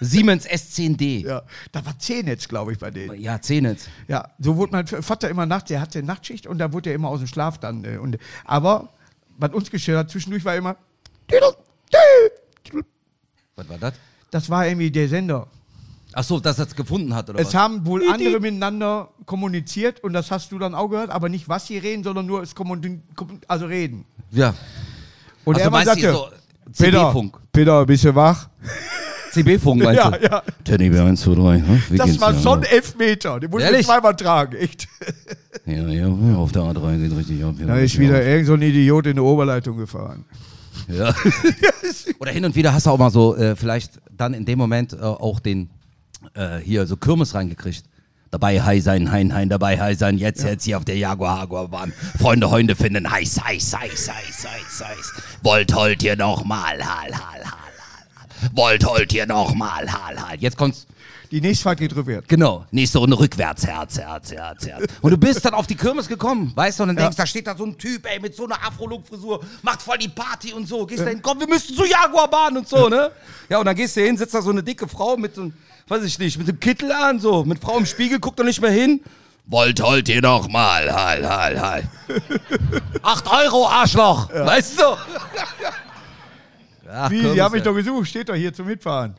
[SPEAKER 5] Siemens S10D.
[SPEAKER 4] Ja, da war C-Netz, glaube ich, bei denen.
[SPEAKER 5] Ja, C-Netz.
[SPEAKER 4] Ja, so wurde mein Vater immer nachts, der hatte Nachtschicht und da wurde er immer aus dem Schlaf dann. Äh, und, aber was uns gestört hat, zwischendurch war immer.
[SPEAKER 5] Was war das?
[SPEAKER 4] Das war irgendwie der Sender.
[SPEAKER 5] Ach so, dass er es gefunden hat, oder
[SPEAKER 4] Es
[SPEAKER 5] was?
[SPEAKER 4] haben wohl andere miteinander kommuniziert und das hast du dann auch gehört, aber nicht was sie reden, sondern nur es kommun- kommun- also reden.
[SPEAKER 5] Ja.
[SPEAKER 4] Und
[SPEAKER 5] Ach so,
[SPEAKER 4] er mal
[SPEAKER 5] meinst
[SPEAKER 4] sagte,
[SPEAKER 5] du so CB-Funk?
[SPEAKER 4] Peter, bist du wach?
[SPEAKER 5] CB-Funk, meinst
[SPEAKER 4] Ja,
[SPEAKER 5] du?
[SPEAKER 4] ja.
[SPEAKER 5] Teddy, wir 1, 2, 3. hm? Wie
[SPEAKER 4] Das
[SPEAKER 5] geht's
[SPEAKER 4] war
[SPEAKER 5] dir?
[SPEAKER 4] so ein Elfmeter, den musst du
[SPEAKER 5] Ehrlich?
[SPEAKER 4] zweimal tragen, echt.
[SPEAKER 5] Ja, ja, auf der A3 geht richtig ab. Ja,
[SPEAKER 4] Da ist wieder irgend so ein Idiot in die Oberleitung gefahren.
[SPEAKER 5] Ja. Oder hin und wieder hast du auch mal so, äh, vielleicht dann in dem Moment äh, auch den äh, hier so Kirmes reingekriegt. Dabei high sein, hein, hein, dabei high sein, jetzt, jetzt hier auf der Jaguar-Bahn. Freunde, Hunde finden heiß, heiß, heiß, heiß, heiß, heiß. Wollt holt hier nochmal, hal, hal, hal, hal. Wollt holt hier nochmal, hal, hal. Jetzt kommt's,
[SPEAKER 4] Die nächste Fahrt geht rückwärts.
[SPEAKER 5] genau, nächste Runde rückwärts, Herz, Herz, Herz, Herz. Und du bist dann auf die Kirmes gekommen, weißt du, und dann denkst, da steht da so ein Typ, ey, mit so einer Afro-Look-Frisur, macht voll die Party und so, gehst da hin, komm, wir müssen zu Jaguarbahn und so, ne? Ja, und dann gehst du hin, sitzt da so eine dicke Frau mit so, einem, weiß ich nicht, mit einem Kittel an, so, mit Frau im Spiegel, guckt doch nicht mehr hin. Wollt heute ihr noch mal, hal, hal, hal.
[SPEAKER 4] *laughs*
[SPEAKER 5] Acht Euro, Arschloch, weißt du? Ach,
[SPEAKER 4] Wie,
[SPEAKER 5] Kirmes,
[SPEAKER 4] die haben mich
[SPEAKER 5] ey.
[SPEAKER 4] doch gesucht, steht doch hier zum Mitfahren.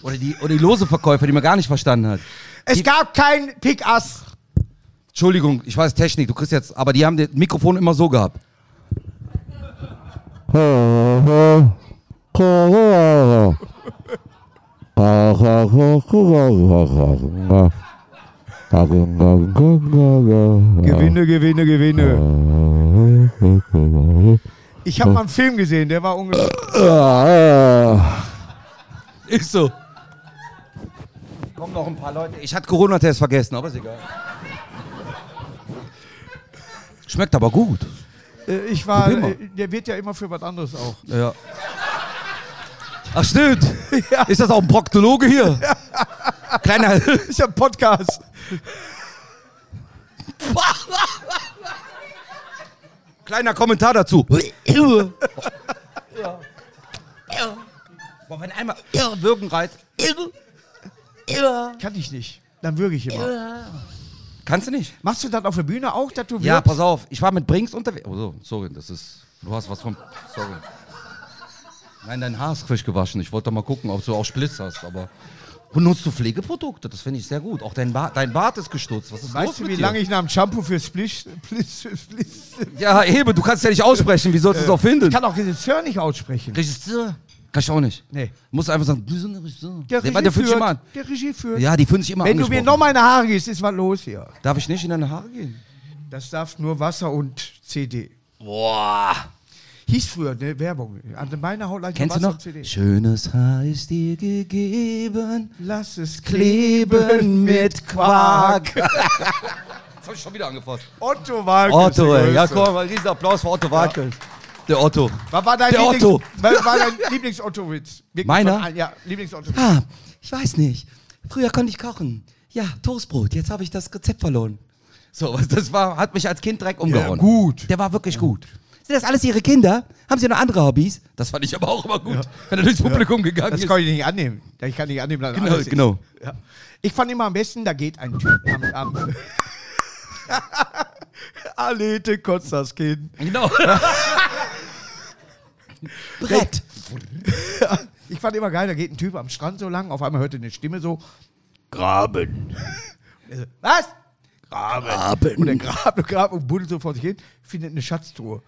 [SPEAKER 5] oder, die, oder die lose Verkäufer, die man gar nicht verstanden hat.
[SPEAKER 4] Es gab kein Pick-Ass.
[SPEAKER 5] Entschuldigung, ich weiß Technik, du kriegst jetzt, aber die haben das Mikrofon immer so gehabt.
[SPEAKER 4] Gewinne, Gewinne, Gewinne. Ich habe mal einen Film gesehen, der war ungefähr...
[SPEAKER 5] Ist so. Kommen noch ein paar Leute. Ich hatte Corona-Test vergessen, aber ist egal. Schmeckt aber gut.
[SPEAKER 4] Äh, Ich war,
[SPEAKER 5] Probier mal.
[SPEAKER 4] äh, der wird ja immer für was anderes auch.
[SPEAKER 5] Ja.
[SPEAKER 4] *laughs*
[SPEAKER 5] Ach stimmt. Ist das auch ein Proktologe hier? Kleiner.
[SPEAKER 4] Ist ja ein Podcast.
[SPEAKER 5] Kleiner
[SPEAKER 4] *laughs*
[SPEAKER 5] Kommentar dazu. ja. Boah, wenn einmal Wirken reizt.
[SPEAKER 4] Kann ich nicht. Dann würge ich immer.
[SPEAKER 5] Kannst du nicht?
[SPEAKER 4] Machst du das auf der Bühne auch, dass du
[SPEAKER 5] Ja,
[SPEAKER 4] wirkst?
[SPEAKER 5] pass auf, ich war mit Brinks unterwegs. Oh, so, sorry, das ist. Du hast was vom. Sorry. Nein, dein Haar ist frisch gewaschen. Ich wollte doch mal gucken, ob du auch Splitz hast, aber. Und nutzt du Pflegeprodukte? Das finde ich sehr gut. Auch dein, ba dein Bart ist gestutzt. Was ist los
[SPEAKER 4] Weißt du,
[SPEAKER 5] mit
[SPEAKER 4] wie
[SPEAKER 5] dir?
[SPEAKER 4] lange ich nach dem Shampoo für Splish, Splish, Splish,
[SPEAKER 5] Ja, Hebe, du kannst ja nicht aussprechen. Wie sollst du es auch finden?
[SPEAKER 4] Äh. Ich kann auch Regisseur nicht aussprechen.
[SPEAKER 5] Regisseur? Kann ich auch nicht.
[SPEAKER 4] Nee.
[SPEAKER 5] Muss einfach sagen, du bist ein Regisseur.
[SPEAKER 4] Der
[SPEAKER 5] der, der fühlt sich immer an.
[SPEAKER 4] Der Regie führt.
[SPEAKER 5] Ja, die fühlen sich immer
[SPEAKER 4] Wenn du mir
[SPEAKER 5] angesprochen.
[SPEAKER 4] noch meine Haare gibst, ist was los hier.
[SPEAKER 5] Darf ich nicht in deine Haare gehen?
[SPEAKER 4] Das darf nur Wasser und CD.
[SPEAKER 5] Boah.
[SPEAKER 4] Hieß früher eine Werbung. An meiner Haut leicht
[SPEAKER 5] Kennst du
[SPEAKER 4] Wasser
[SPEAKER 5] noch?
[SPEAKER 4] und CD.
[SPEAKER 5] Schönes Haar ist dir gegeben.
[SPEAKER 4] Lass es
[SPEAKER 5] Kleben mit Quark. Jetzt hab ich schon wieder angefasst.
[SPEAKER 4] Otto Walkes.
[SPEAKER 5] Otto,
[SPEAKER 4] der
[SPEAKER 5] ey. Ja,
[SPEAKER 4] Größte.
[SPEAKER 5] komm, ein riesen Applaus für Otto Warkes. Der Otto.
[SPEAKER 4] Was war dein
[SPEAKER 5] Der
[SPEAKER 4] Lieblings-
[SPEAKER 5] Otto.
[SPEAKER 4] Was war dein Lieblings-Otto-Witz? Wirklich
[SPEAKER 5] Meiner?
[SPEAKER 4] von allen- Ja, Lieblings-Otto-Witz.
[SPEAKER 5] Ah, ich weiß nicht. Früher konnte ich kochen. Ja, Toastbrot. Jetzt habe *laughs* ich das Rezept verloren. So, was das war, hat mich als Kind direkt umgehauen.
[SPEAKER 4] gut.
[SPEAKER 5] Der war wirklich gut. Sind das alles ihre Kinder? Haben sie noch andere Hobbys? Das fand ich aber auch immer gut, wenn er durchs Publikum gegangen
[SPEAKER 4] Das
[SPEAKER 5] ist.
[SPEAKER 4] kann ich nicht annehmen. Ich kann nicht annehmen, dass
[SPEAKER 5] Genau,
[SPEAKER 4] alles ist.
[SPEAKER 5] genau.
[SPEAKER 4] Ja. Ich fand immer am besten, da geht ein Typ am...
[SPEAKER 5] *laughs*
[SPEAKER 4] am *laughs* Alete kotzt das Kind.
[SPEAKER 5] Genau. Brett.
[SPEAKER 4] Ich fand immer geil, da geht ein Typ am Strand so lang, auf einmal hörte eine Stimme so, Graben. *laughs* Er so, Was? Graben. Und er grabt und grabt und buddelt so vor sich hin, findet eine Schatztruhe.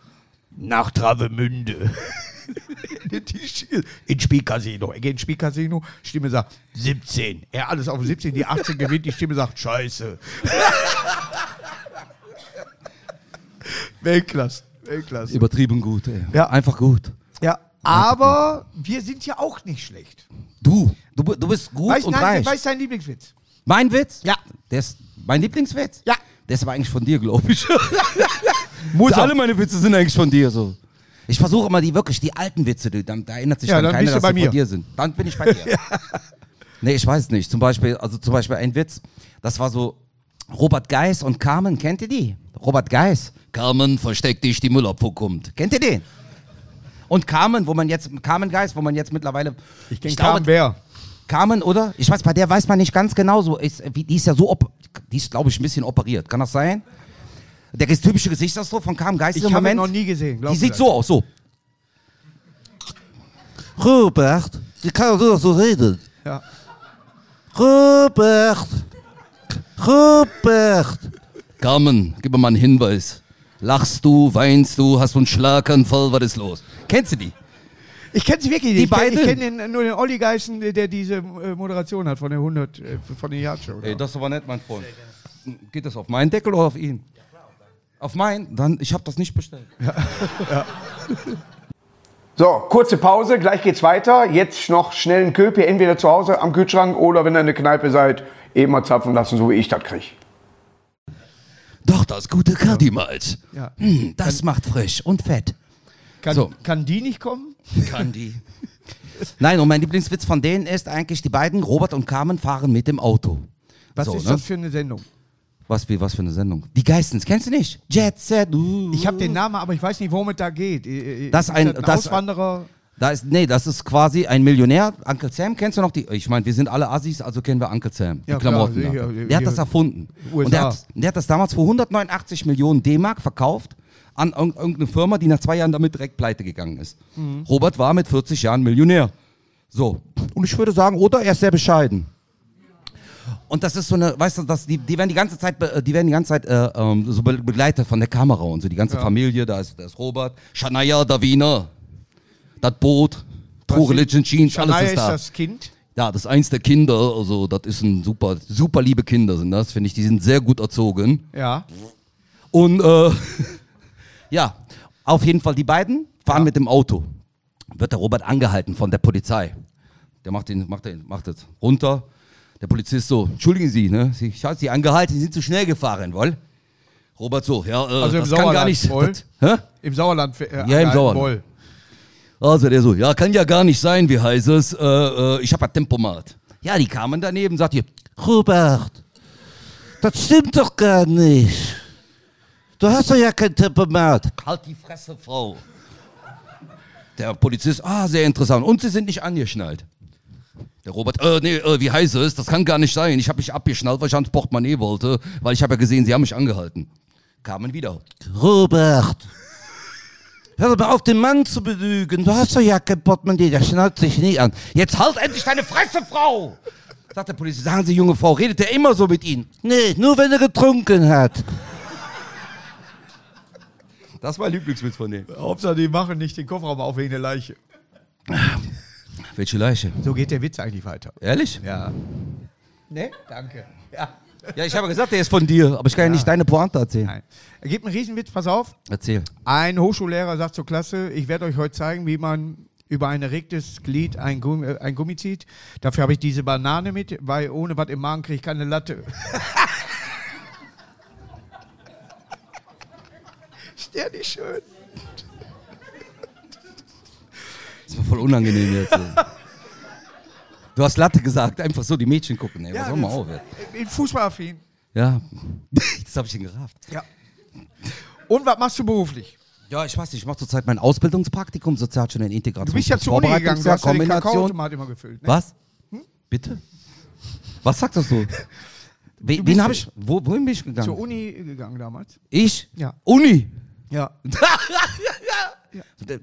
[SPEAKER 4] Nach *laughs* Travemünde. Die Sch- In Spielcasino. Er geht ins Spielcasino, Stimme sagt 17. Er alles auf 17, die 18 gewinnt, die Stimme sagt Scheiße. *laughs* Weltklasse. Weltklasse.
[SPEAKER 5] Übertrieben gut, ey.
[SPEAKER 4] Ja.
[SPEAKER 5] Einfach gut.
[SPEAKER 4] Ja, aber wir sind ja auch nicht schlecht.
[SPEAKER 5] Du, du, bi- du bist gut
[SPEAKER 4] Weißt
[SPEAKER 5] und
[SPEAKER 4] nein,
[SPEAKER 5] reich.
[SPEAKER 4] weiß dein Lieblingswitz?
[SPEAKER 5] Mein Witz?
[SPEAKER 4] Ja.
[SPEAKER 5] Der ist mein Lieblingswitz?
[SPEAKER 4] Ja.
[SPEAKER 5] Der ist aber eigentlich von dir, glaube
[SPEAKER 4] *laughs*
[SPEAKER 5] ich.
[SPEAKER 4] Muss
[SPEAKER 5] Alle meine Witze sind eigentlich von dir so. Ich versuche immer die wirklich die alten Witze, die, dann, da erinnert sich
[SPEAKER 4] Ja,
[SPEAKER 5] dann,
[SPEAKER 4] dann
[SPEAKER 5] keiner,
[SPEAKER 4] bist du
[SPEAKER 5] dass
[SPEAKER 4] bei
[SPEAKER 5] sie
[SPEAKER 4] mir.
[SPEAKER 5] von dir sind. Dann bin ich
[SPEAKER 4] *laughs*
[SPEAKER 5] bei dir. Nee, ich weiß nicht. Zum Beispiel, also zum Beispiel ein Witz, das war so Robert Geis und Carmen, kennt ihr die? Robert Geis. Carmen, versteck dich, die Müllabfuhr kommt. Kennt ihr den? Und Carmen, wo man jetzt, Carmen Geis, wo man jetzt mittlerweile. Ich, glaube,
[SPEAKER 4] Bär.
[SPEAKER 5] Carmen, oder? Ich weiß, bei der weiß man nicht ganz genau. So ist, wie- die ist ja so, op die ist, glaube ich, ein bisschen operiert. Kann das sein? Der ges- typische Gesichtsausdruck von Carmen Geist
[SPEAKER 4] Ich
[SPEAKER 5] ist im
[SPEAKER 4] habe ihn
[SPEAKER 5] Moment.
[SPEAKER 4] noch nie gesehen. glaub
[SPEAKER 5] die sieht
[SPEAKER 4] mir.
[SPEAKER 5] so aus, so. Robert, wie kannst du so reden?
[SPEAKER 4] Ja.
[SPEAKER 5] Robert, Robert. Carmen, gib mir mal einen Hinweis. Lachst du, weinst du, hast du einen Schlaganfall, was ist los? Kennst du die?
[SPEAKER 4] Ich kenne sie wirklich nicht.
[SPEAKER 5] Die
[SPEAKER 4] ich kenn-
[SPEAKER 5] beiden?
[SPEAKER 4] Ich kenne den, nur den Olli Geißen, der, der diese äh, Moderation hat von der 100, äh, von der Yardshow.
[SPEAKER 5] Ey, das ist aber nett, mein Freund. Geht das auf meinen Deckel oder auf ihn? Auf meinen? Dann, ich habe das nicht bestellt.
[SPEAKER 3] So, kurze Pause, gleich geht's weiter. Jetzt noch schnell einen Köpi, entweder zu Hause am Kühlschrank oder wenn ihr in der Kneipe seid, eben mal zapfen lassen, so wie ich das krieg.
[SPEAKER 5] Doch, das gute Cardi-Malz.
[SPEAKER 4] Ja.
[SPEAKER 5] Hm, das macht frisch und fett.
[SPEAKER 4] Kann,
[SPEAKER 5] so.
[SPEAKER 4] kann die nicht kommen?
[SPEAKER 5] *laughs* Candy. Nein, und mein Lieblingswitz von denen ist eigentlich, die beiden, Robert und Carmen, fahren mit dem Auto.
[SPEAKER 4] Was
[SPEAKER 5] So,
[SPEAKER 4] ist
[SPEAKER 5] ne?
[SPEAKER 4] das für eine Sendung?
[SPEAKER 5] Was, wie, was für eine Sendung? Die Geistens, kennst du nicht? Jet Set. uh.
[SPEAKER 4] Ich habe den Namen, aber ich weiß nicht, worum es da geht. Äh, äh,
[SPEAKER 5] Das
[SPEAKER 4] ist
[SPEAKER 5] ein-
[SPEAKER 4] das ein
[SPEAKER 5] das-
[SPEAKER 4] Auswanderer.
[SPEAKER 5] Da ist, nee, das ist quasi ein Millionär. Uncle Sam, kennst du noch die? Ich meine, wir sind alle Assis, also kennen wir Uncle Sam. Die
[SPEAKER 4] Ja, klar,
[SPEAKER 5] Klamotten.
[SPEAKER 4] sicher,
[SPEAKER 5] da.
[SPEAKER 4] hier-
[SPEAKER 5] der hat das erfunden.
[SPEAKER 4] USA.
[SPEAKER 5] Und der hat, der hat das damals für 189 Millionen D-Mark verkauft an irg- irgendeine Firma, die nach zwei Jahren damit direkt pleite gegangen ist.
[SPEAKER 4] Mhm.
[SPEAKER 5] Robert war mit 40 Jahren Millionär. So. Und ich würde sagen, oder er ist sehr bescheiden. Und das ist so eine, weißt du, das, die, die werden die ganze Zeit, be- äh, die werden die ganze Zeit äh, ähm, so be begleitet von der Kamera und so, die ganze Familie, da ist, da ist Robert, Shania, Davina, das Boot, True
[SPEAKER 4] Was sind-
[SPEAKER 5] Religion, Jeans,
[SPEAKER 4] Shania
[SPEAKER 5] alles
[SPEAKER 4] ist
[SPEAKER 5] ist da.
[SPEAKER 4] das Kind.
[SPEAKER 5] ja, das ist eins der Kinder, also das ist ein super, super liebe Kinder sind das, finde ich, die sind sehr gut erzogen.
[SPEAKER 4] Ja.
[SPEAKER 5] Und äh, *laughs* ja, auf jeden Fall, die beiden fahren mit dem Auto. Wird der Robert angehalten von der Polizei. Der macht den, macht den, macht das runter. Der Polizist so, entschuldigen Sie, ne? Sie, ich habe Sie angehalten, Sie sind zu schnell gefahren, wohl? Robert so, ja, äh,
[SPEAKER 4] Also im
[SPEAKER 5] das kann gar
[SPEAKER 4] Sauerland,
[SPEAKER 5] nicht.
[SPEAKER 4] wohl?
[SPEAKER 5] Das, hä?
[SPEAKER 4] Im Sauerland. Äh,
[SPEAKER 5] Ja, im Sauerland.
[SPEAKER 4] Boll.
[SPEAKER 5] Also der so, ja, kann ja gar nicht sein, wie heißt es? Äh, äh, ich habe ein Tempomat. Ja, die kamen daneben, sagt ihr, Robert, das stimmt doch gar nicht. Du hast doch ja kein Tempomat. Halt die Fresse, Frau. Der Polizist, ah, sehr interessant. Und sie sind nicht angeschnallt. Der Robert, äh, nee, äh, wie heißt es? Das kann gar nicht sein. Ich habe mich abgeschnallt, weil ich ans Portemonnaie wollte, weil ich habe ja gesehen, sie haben mich angehalten. Kamen wieder. Robert, Hör mal auf, den Mann zu belügen. Du hast doch ja kein Portemonnaie, der schnallt sich nie an. Jetzt halt endlich deine Fresse, Frau! Sagt der Polizist. Sagen Sie, junge Frau, redet er immer so mit Ihnen? Nee, nur wenn er getrunken hat. Das war Lieblingswitz von dem.
[SPEAKER 4] Hauptsache, die machen nicht den Kofferraum auf wegen der Leiche.
[SPEAKER 5] Welche Leiche?
[SPEAKER 4] So geht der Witz eigentlich weiter.
[SPEAKER 5] Ehrlich?
[SPEAKER 4] Ja. Ne? Danke. Ja.
[SPEAKER 5] Ja, ich habe gesagt, der ist von dir, aber ich kann ja, nicht deine Pointe erzählen.
[SPEAKER 4] Nein. Er gibt einen Riesenwitz, pass auf.
[SPEAKER 5] Erzähl.
[SPEAKER 4] Ein Hochschullehrer sagt zur Klasse, ich werde euch heute zeigen, wie man über ein erregtes Glied ein, Gummi, äh, ein Gummi zieht. Dafür habe ich diese Banane mit, weil ohne was im Magen kriege ich keine Latte. *laughs* Ist der nicht schön?
[SPEAKER 5] Das war voll unangenehm jetzt. *laughs* du hast Latte gesagt, einfach so, die Mädchen gucken. Ey, was soll man auf? ey?
[SPEAKER 4] In Fußballaffin.
[SPEAKER 5] *laughs* Ja, das habe ich ihn gerafft.
[SPEAKER 4] Ja. Und was machst du beruflich?
[SPEAKER 5] Ja, ich weiß nicht, ich mache zurzeit mein Ausbildungspraktikum, sozial schon in Integration.
[SPEAKER 4] Du bist ja zur Uni gegangen, du hast ja den
[SPEAKER 5] Kombination.
[SPEAKER 4] Kakaoautomat immer gefüllt. Ne?
[SPEAKER 5] Was? Bitte? Was
[SPEAKER 4] *laughs*
[SPEAKER 5] sagt das so? We
[SPEAKER 4] bist
[SPEAKER 5] wen habe ich? Wo, wohin bin ich
[SPEAKER 4] Zur
[SPEAKER 5] gegangen?
[SPEAKER 4] Uni gegangen damals.
[SPEAKER 5] Ich?
[SPEAKER 4] Ja.
[SPEAKER 5] Uni!
[SPEAKER 4] Ja.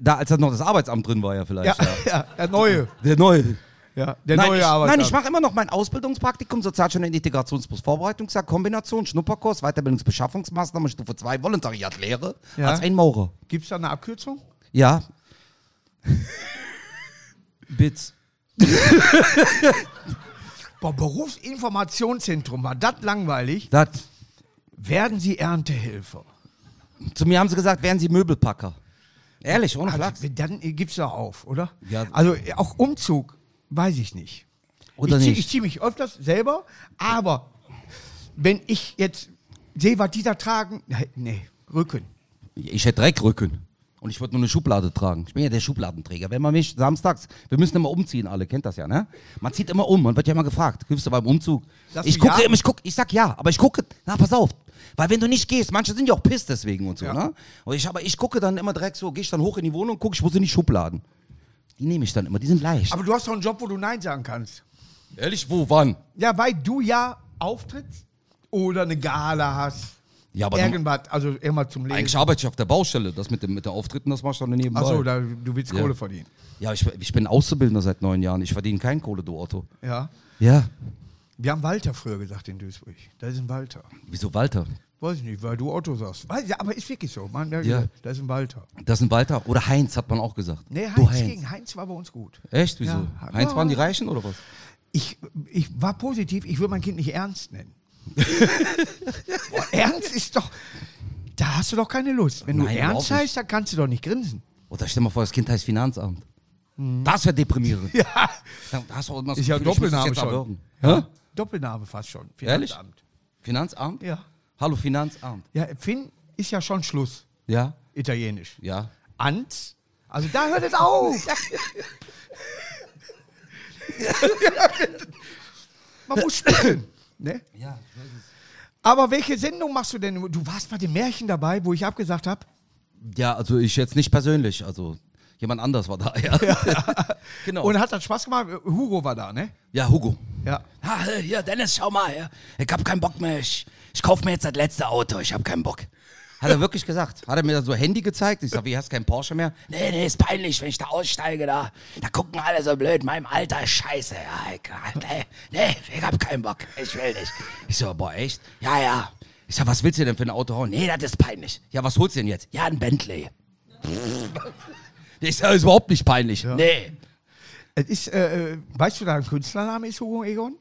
[SPEAKER 5] Da, als da noch das Arbeitsamt drin war, ja,
[SPEAKER 4] Ja,
[SPEAKER 5] vielleicht. Ja.
[SPEAKER 4] *laughs* ja. der neue.
[SPEAKER 5] Der neue.
[SPEAKER 4] Ja, der
[SPEAKER 5] nein,
[SPEAKER 4] neue
[SPEAKER 5] ich,
[SPEAKER 4] Arbeitsamt.
[SPEAKER 5] nein, ich mache immer noch mein Ausbildungspraktikum, sozial schon in Integrationsbus Vorbereitungsjahr, Kombination, Schnupperkurs, Weiterbildungsbeschaffungsmaßnahmen, Stufe 2, Volontariat, Lehre,
[SPEAKER 4] Ja.
[SPEAKER 5] als ein Maurer.
[SPEAKER 4] Gibt es da eine Abkürzung?
[SPEAKER 5] Ja. Bits.
[SPEAKER 4] Boah, Berufsinformationszentrum, war das langweilig?
[SPEAKER 5] Das.
[SPEAKER 4] Werden Sie Erntehelfer?
[SPEAKER 5] Zu mir haben sie gesagt, wären sie Möbelpacker. Ehrlich, ohne Flachs.
[SPEAKER 4] Also, dann äh, gibt's da auf, oder?
[SPEAKER 5] Ja.
[SPEAKER 4] Also äh, auch Umzug, weiß ich nicht.
[SPEAKER 5] Oder
[SPEAKER 4] ich zieh-
[SPEAKER 5] nicht?
[SPEAKER 4] Ich ziehe mich öfters selber, aber wenn ich jetzt sehe, was die da tragen, nee, nee, Rücken.
[SPEAKER 5] Ich hätte Dreckrücken. Und ich würde nur eine Schublade tragen. Ich bin ja der Schubladenträger. Wenn man mich samstags, wir müssen immer umziehen, alle kennt das ja, ne? Man zieht immer um, man wird ja immer gefragt, hilfst du beim Umzug?
[SPEAKER 4] Sagst
[SPEAKER 5] ich
[SPEAKER 4] du
[SPEAKER 5] gucke
[SPEAKER 4] ja?
[SPEAKER 5] immer, ich gucke, ich sag ja, aber ich gucke, na pass auf. Weil wenn du nicht gehst, manche sind ja auch piss deswegen und so,
[SPEAKER 4] Ja.
[SPEAKER 5] ne? Und ich, aber ich gucke dann immer direkt so, gehe ich dann hoch in die Wohnung, gucke ich, wo sind die Schubladen? Die nehme ich dann immer, die sind leicht.
[SPEAKER 4] Aber du hast doch einen Job, wo du Nein sagen kannst.
[SPEAKER 5] ehrlich, wo, wann?
[SPEAKER 4] Ja, weil du ja auftrittst oder eine Gala hast.
[SPEAKER 5] Ja, aber dann,
[SPEAKER 4] irgendwas, also irgendwas zum Leben.
[SPEAKER 5] eigentlich arbeite ich auf der Baustelle. Das mit, dem, mit den Auftritten, das machst du dann nebenbei.
[SPEAKER 4] Achso, da, du willst
[SPEAKER 5] Ja.
[SPEAKER 4] Kohle verdienen.
[SPEAKER 5] Ja, ich, ich bin Auszubildender seit neun Jahren. Ich verdiene kein Kohle, du Otto.
[SPEAKER 4] Ja.
[SPEAKER 5] Ja.
[SPEAKER 4] Wir haben Walter früher gesagt in Duisburg. Da ist ein Walter.
[SPEAKER 5] Wieso Walter?
[SPEAKER 4] Weiß ich nicht, weil du Otto sagst. Weiß ich, aber ist wirklich so. Man, da,
[SPEAKER 5] Ja.
[SPEAKER 4] da ist ein Walter.
[SPEAKER 5] Das ist ein Walter. Oder Heinz, hat man auch gesagt.
[SPEAKER 4] Nee,
[SPEAKER 5] du
[SPEAKER 4] Heinz, ging. Heinz war bei uns gut.
[SPEAKER 5] Echt? Wieso?
[SPEAKER 4] Ja.
[SPEAKER 5] Heinz waren die Reichen oder was?
[SPEAKER 4] Ich, ich war positiv, ich würde mein Kind nicht ernst nennen. *laughs* Boah, ernst ist doch. Da hast du doch keine Lust. Wenn
[SPEAKER 5] Nein,
[SPEAKER 4] du
[SPEAKER 5] überhaupt
[SPEAKER 4] ernst
[SPEAKER 5] nicht.
[SPEAKER 4] heißt, dann kannst du doch nicht grinsen.
[SPEAKER 5] Oder stell mal vor, das Kind heißt Finanzamt. Das wäre deprimierend.
[SPEAKER 4] *laughs* Mhm. *laughs* Ja.
[SPEAKER 5] Da hast du auch immer das
[SPEAKER 4] Ist ja
[SPEAKER 5] Gefühl, ich muss das
[SPEAKER 4] Doppelname
[SPEAKER 5] jetzt
[SPEAKER 4] schon.
[SPEAKER 5] erwürgen. Hä?
[SPEAKER 4] Doppelname fast schon.
[SPEAKER 5] Ehrlich?
[SPEAKER 4] Finanzamt.
[SPEAKER 5] Finanzamt?
[SPEAKER 4] Ja.
[SPEAKER 5] Hallo Finanzamt.
[SPEAKER 4] Ja, Finn ist ja schon Schluss.
[SPEAKER 5] Ja?
[SPEAKER 4] Italienisch.
[SPEAKER 5] Ja.
[SPEAKER 4] Ant. Also da hört es
[SPEAKER 5] *laughs*
[SPEAKER 4] auf. Man muss spielen. Ne?
[SPEAKER 5] Ja.
[SPEAKER 4] Aber welche Sendung machst du denn? Du warst bei den Märchen dabei, wo ich abgesagt habe.
[SPEAKER 5] Ja, also ich jetzt nicht persönlich. Also jemand anders war da. Ja. *laughs* genau.
[SPEAKER 4] Und hat das Spaß gemacht? Hugo war da, ne?
[SPEAKER 5] ja, Hugo.
[SPEAKER 4] Ja.
[SPEAKER 2] Ah, hier, Dennis, schau mal. Hier. Ich hab keinen Bock mehr. Ich, ich kauf mir jetzt das letzte Auto. Ich hab keinen Bock.
[SPEAKER 5] Hat er wirklich gesagt. Hat er mir dann so Handy gezeigt. Ich sag, wie, hast kein Porsche mehr?
[SPEAKER 2] Nee, nee, ist peinlich, wenn ich da aussteige, da, da gucken alle so blöd, meinem Alter ist scheiße. Ja, ich, nee, nee, ich hab keinen Bock, ich will nicht.
[SPEAKER 5] Ich so, boah, echt?
[SPEAKER 2] Ja, ja,
[SPEAKER 5] Ich sag, was willst du denn für ein Auto hauen?
[SPEAKER 2] nee, das ist peinlich.
[SPEAKER 5] Ja, was holst du denn jetzt?
[SPEAKER 2] Ja, ein
[SPEAKER 5] *laughs*
[SPEAKER 2] Bentley.
[SPEAKER 5] Ich sag, ist überhaupt nicht peinlich.
[SPEAKER 2] Nee,
[SPEAKER 4] Es ist, äh, äh, weißt du, dein Künstlername ist Hugo Egon?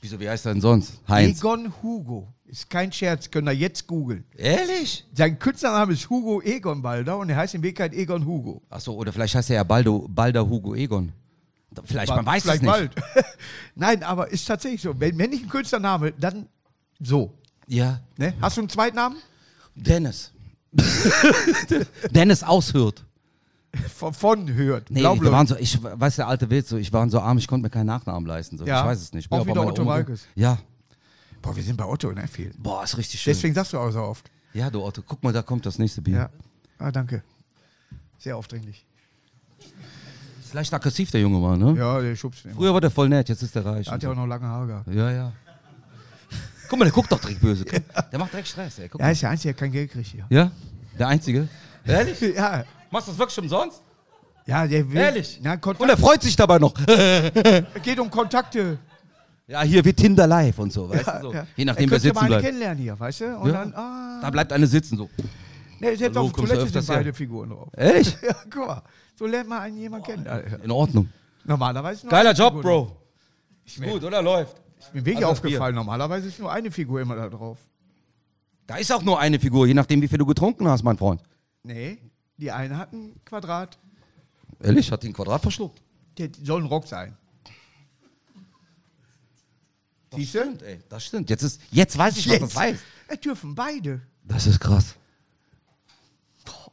[SPEAKER 5] Wieso, wie heißt er denn sonst? Heinz.
[SPEAKER 4] Egon Hugo. Ist kein Scherz, könnt ihr jetzt googeln.
[SPEAKER 5] Ehrlich?
[SPEAKER 4] Sein Künstlername ist Hugo Egon Balder und er heißt in Wirklichkeit Egon Hugo.
[SPEAKER 5] Achso, oder vielleicht heißt er ja Baldo, Balder Hugo Egon. Da- Vielleicht, man weiß es nicht.
[SPEAKER 4] Vielleicht bald. *laughs* Nein, aber ist tatsächlich so. Wenn, wenn nicht ein Künstlername, dann so.
[SPEAKER 5] Ja.
[SPEAKER 4] Ne? Hast du einen Zweitnamen?
[SPEAKER 5] Dennis. *laughs* Dennis aushört.
[SPEAKER 4] Von, von hört.
[SPEAKER 5] Nee,
[SPEAKER 4] Blaublau.
[SPEAKER 5] wir waren so, ich weiß der alte Witz, so, ich war so arm, ich konnte mir keinen Nachnamen leisten. So.
[SPEAKER 4] Ja.
[SPEAKER 5] Ich weiß es nicht.
[SPEAKER 4] Auch
[SPEAKER 5] Ja, aber
[SPEAKER 4] wieder
[SPEAKER 5] meine
[SPEAKER 4] Otto
[SPEAKER 5] Oma-
[SPEAKER 4] Walkes.
[SPEAKER 5] Ja.
[SPEAKER 4] Boah, wir sind bei Otto, ne? Viel.
[SPEAKER 5] Boah, ist richtig schön.
[SPEAKER 4] Deswegen sagst du auch so oft.
[SPEAKER 5] Ja, du Otto, guck mal, da kommt das nächste Bier.
[SPEAKER 4] Ja. Ah, danke. Sehr aufdringlich.
[SPEAKER 5] Ist leicht aggressiv, der junge Mann, ne?
[SPEAKER 4] Ja, der schubst immer.
[SPEAKER 5] Früher war der voll nett, jetzt ist der reich.
[SPEAKER 4] Hat ja auch noch lange Haare gehabt.
[SPEAKER 5] ja, ja. Guck mal, der guckt doch direkt böse. Der macht direkt Stress, ey. Guck
[SPEAKER 4] Er
[SPEAKER 5] mal.
[SPEAKER 4] ist der Einzige, der kein Geld kriegt hier.
[SPEAKER 5] Ja? Der Einzige? Ehrlich?
[SPEAKER 4] *laughs* Ja,
[SPEAKER 5] Machst du das wirklich umsonst?
[SPEAKER 4] ja der will.
[SPEAKER 5] Ehrlich?
[SPEAKER 4] Na,
[SPEAKER 5] Und er
[SPEAKER 4] Kontakt,
[SPEAKER 5] freut sich dabei noch.
[SPEAKER 4] geht um Kontakte.
[SPEAKER 5] Ja, hier wie Tinder live und so, weißt du? So.
[SPEAKER 4] Ja.
[SPEAKER 5] Je
[SPEAKER 4] Er
[SPEAKER 5] nachdem,
[SPEAKER 4] könnte
[SPEAKER 5] wer
[SPEAKER 4] mal
[SPEAKER 5] sitzen
[SPEAKER 4] eine
[SPEAKER 5] bleibt.
[SPEAKER 4] kennenlernen hier, weißt du? Und
[SPEAKER 5] Ja.
[SPEAKER 4] dann, ah.
[SPEAKER 5] Da bleibt eine sitzen so.
[SPEAKER 4] Ne, selbst auf
[SPEAKER 5] Hallo,
[SPEAKER 4] der
[SPEAKER 5] kommst du
[SPEAKER 4] Toilette sind
[SPEAKER 5] öfters her?
[SPEAKER 4] beide Figuren drauf. *laughs*
[SPEAKER 5] Ehrlich?
[SPEAKER 4] Ja, guck mal. So lernt man einen jemanden kennen. Alter.
[SPEAKER 5] In Ordnung.
[SPEAKER 4] Normalerweise nur
[SPEAKER 5] Geiler
[SPEAKER 4] eine
[SPEAKER 5] Job,
[SPEAKER 4] Figur
[SPEAKER 5] Bro. Ist gut, oder? Läuft.
[SPEAKER 4] drauf. Mir wirklich
[SPEAKER 5] Also das
[SPEAKER 4] aufgefallen, normalerweise ist nur eine Figur immer da drauf.
[SPEAKER 5] Da ist auch nur eine Figur, je nachdem, wie viel du getrunken hast, mein Freund.
[SPEAKER 4] Nee, die eine hat ein Quadrat,
[SPEAKER 5] Ehrlich, hat den Quadrat verschluckt.
[SPEAKER 4] der soll ein Rock sein. Siehst du?
[SPEAKER 5] Stimmt, ey. Das stimmt. Jetzt, ist, jetzt weiß ich, was das heißt.
[SPEAKER 4] Es dürfen beide,
[SPEAKER 5] Das ist krass.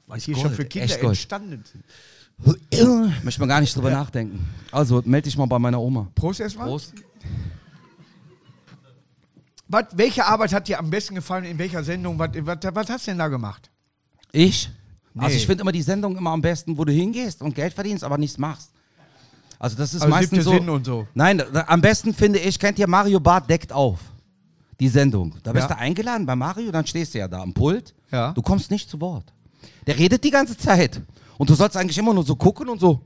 [SPEAKER 4] was hier
[SPEAKER 5] Gold,
[SPEAKER 4] schon für Kinder
[SPEAKER 5] echt Gold.
[SPEAKER 4] entstanden sind.
[SPEAKER 5] Möchte man gar nicht drüber nachdenken. Also, melde dich mal bei meiner Oma.
[SPEAKER 4] Prost erstmal.
[SPEAKER 5] Prost.
[SPEAKER 4] Was, welche Arbeit hat dir am besten gefallen? In welcher Sendung? Was, was, was hast du denn da gemacht?
[SPEAKER 5] Ich? Also ich finde immer die Sendung immer am besten, wo du hingehst und Geld verdienst, aber nichts machst. Also das ist
[SPEAKER 4] Also
[SPEAKER 5] meistens
[SPEAKER 4] siebte
[SPEAKER 5] so.
[SPEAKER 4] Sinn und so.
[SPEAKER 5] Nein, da- am besten finde ich, kennt ihr Mario Barth deckt auf. Die Sendung. Da bist
[SPEAKER 4] Ja.
[SPEAKER 5] du eingeladen bei Mario, dann stehst du ja da am Pult.
[SPEAKER 4] Ja.
[SPEAKER 5] Du kommst nicht zu Wort. Der redet die ganze Zeit. Und du sollst eigentlich immer nur so gucken und so.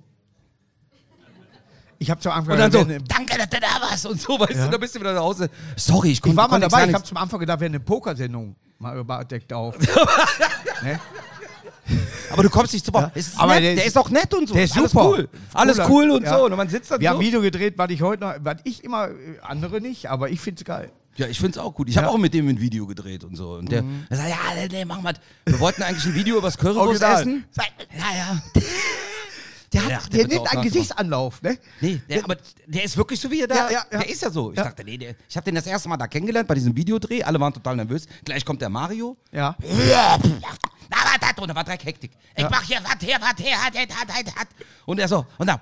[SPEAKER 4] Ich habe zu Anfang
[SPEAKER 5] Und dann so,
[SPEAKER 4] gedacht,
[SPEAKER 5] danke, dass du da warst und so, weißt du, dann bist du wieder nach Hause. Sorry, ich konnte
[SPEAKER 4] ich war mal dabei,
[SPEAKER 5] konnte
[SPEAKER 4] ich
[SPEAKER 5] gar
[SPEAKER 4] habe
[SPEAKER 5] nichts-
[SPEAKER 4] zum Anfang gedacht, wäre eine Pokersendung. Mario Barth deckt auf.
[SPEAKER 5] Aber du kommst nicht zu Wort. Es ist
[SPEAKER 4] aber
[SPEAKER 5] nett.
[SPEAKER 4] der
[SPEAKER 5] Der,
[SPEAKER 4] ist-
[SPEAKER 5] ist auch nett und so.
[SPEAKER 4] Der ist
[SPEAKER 5] Alles
[SPEAKER 4] super.
[SPEAKER 5] cool. Alles
[SPEAKER 4] Cooler.
[SPEAKER 5] cool und
[SPEAKER 4] Ja.
[SPEAKER 5] so. Und man sitzt dann
[SPEAKER 4] Wir haben
[SPEAKER 5] so.
[SPEAKER 4] ein Video gedreht, was ich heute noch, was ich immer, äh, andere nicht, aber ich find's geil.
[SPEAKER 5] Ja, ich find's auch gut. Ich hab habe auch mit dem ein Video gedreht und so. Und der,
[SPEAKER 4] Mhm.
[SPEAKER 5] der sagt, ja, nee, nee, machen wir das. Wir wollten eigentlich ein Video über das Currywurst
[SPEAKER 4] Original.
[SPEAKER 5] essen. Ja, ja.
[SPEAKER 4] Der, hat,
[SPEAKER 5] Ja, der
[SPEAKER 4] der,
[SPEAKER 5] wird's auch
[SPEAKER 4] nimmt einen
[SPEAKER 5] nachgemacht.
[SPEAKER 4] Gesichtsanlauf, ne?
[SPEAKER 5] Nee, der, aber der ist wirklich so wie er da.
[SPEAKER 4] Ja, ja, ja.
[SPEAKER 5] Der ist ja so. Ich
[SPEAKER 4] Ja.
[SPEAKER 5] dachte, nee, der, ich habe den das erste Mal da kennengelernt bei diesem Videodreh. Alle waren total nervös. Gleich kommt der Mario.
[SPEAKER 4] Ja.
[SPEAKER 5] Na, was hat? Und da war direkt Hektik. Ich mach hier was, hier was, hier, halt, hat, hat, hat, hat, hat. Und er so, und dann,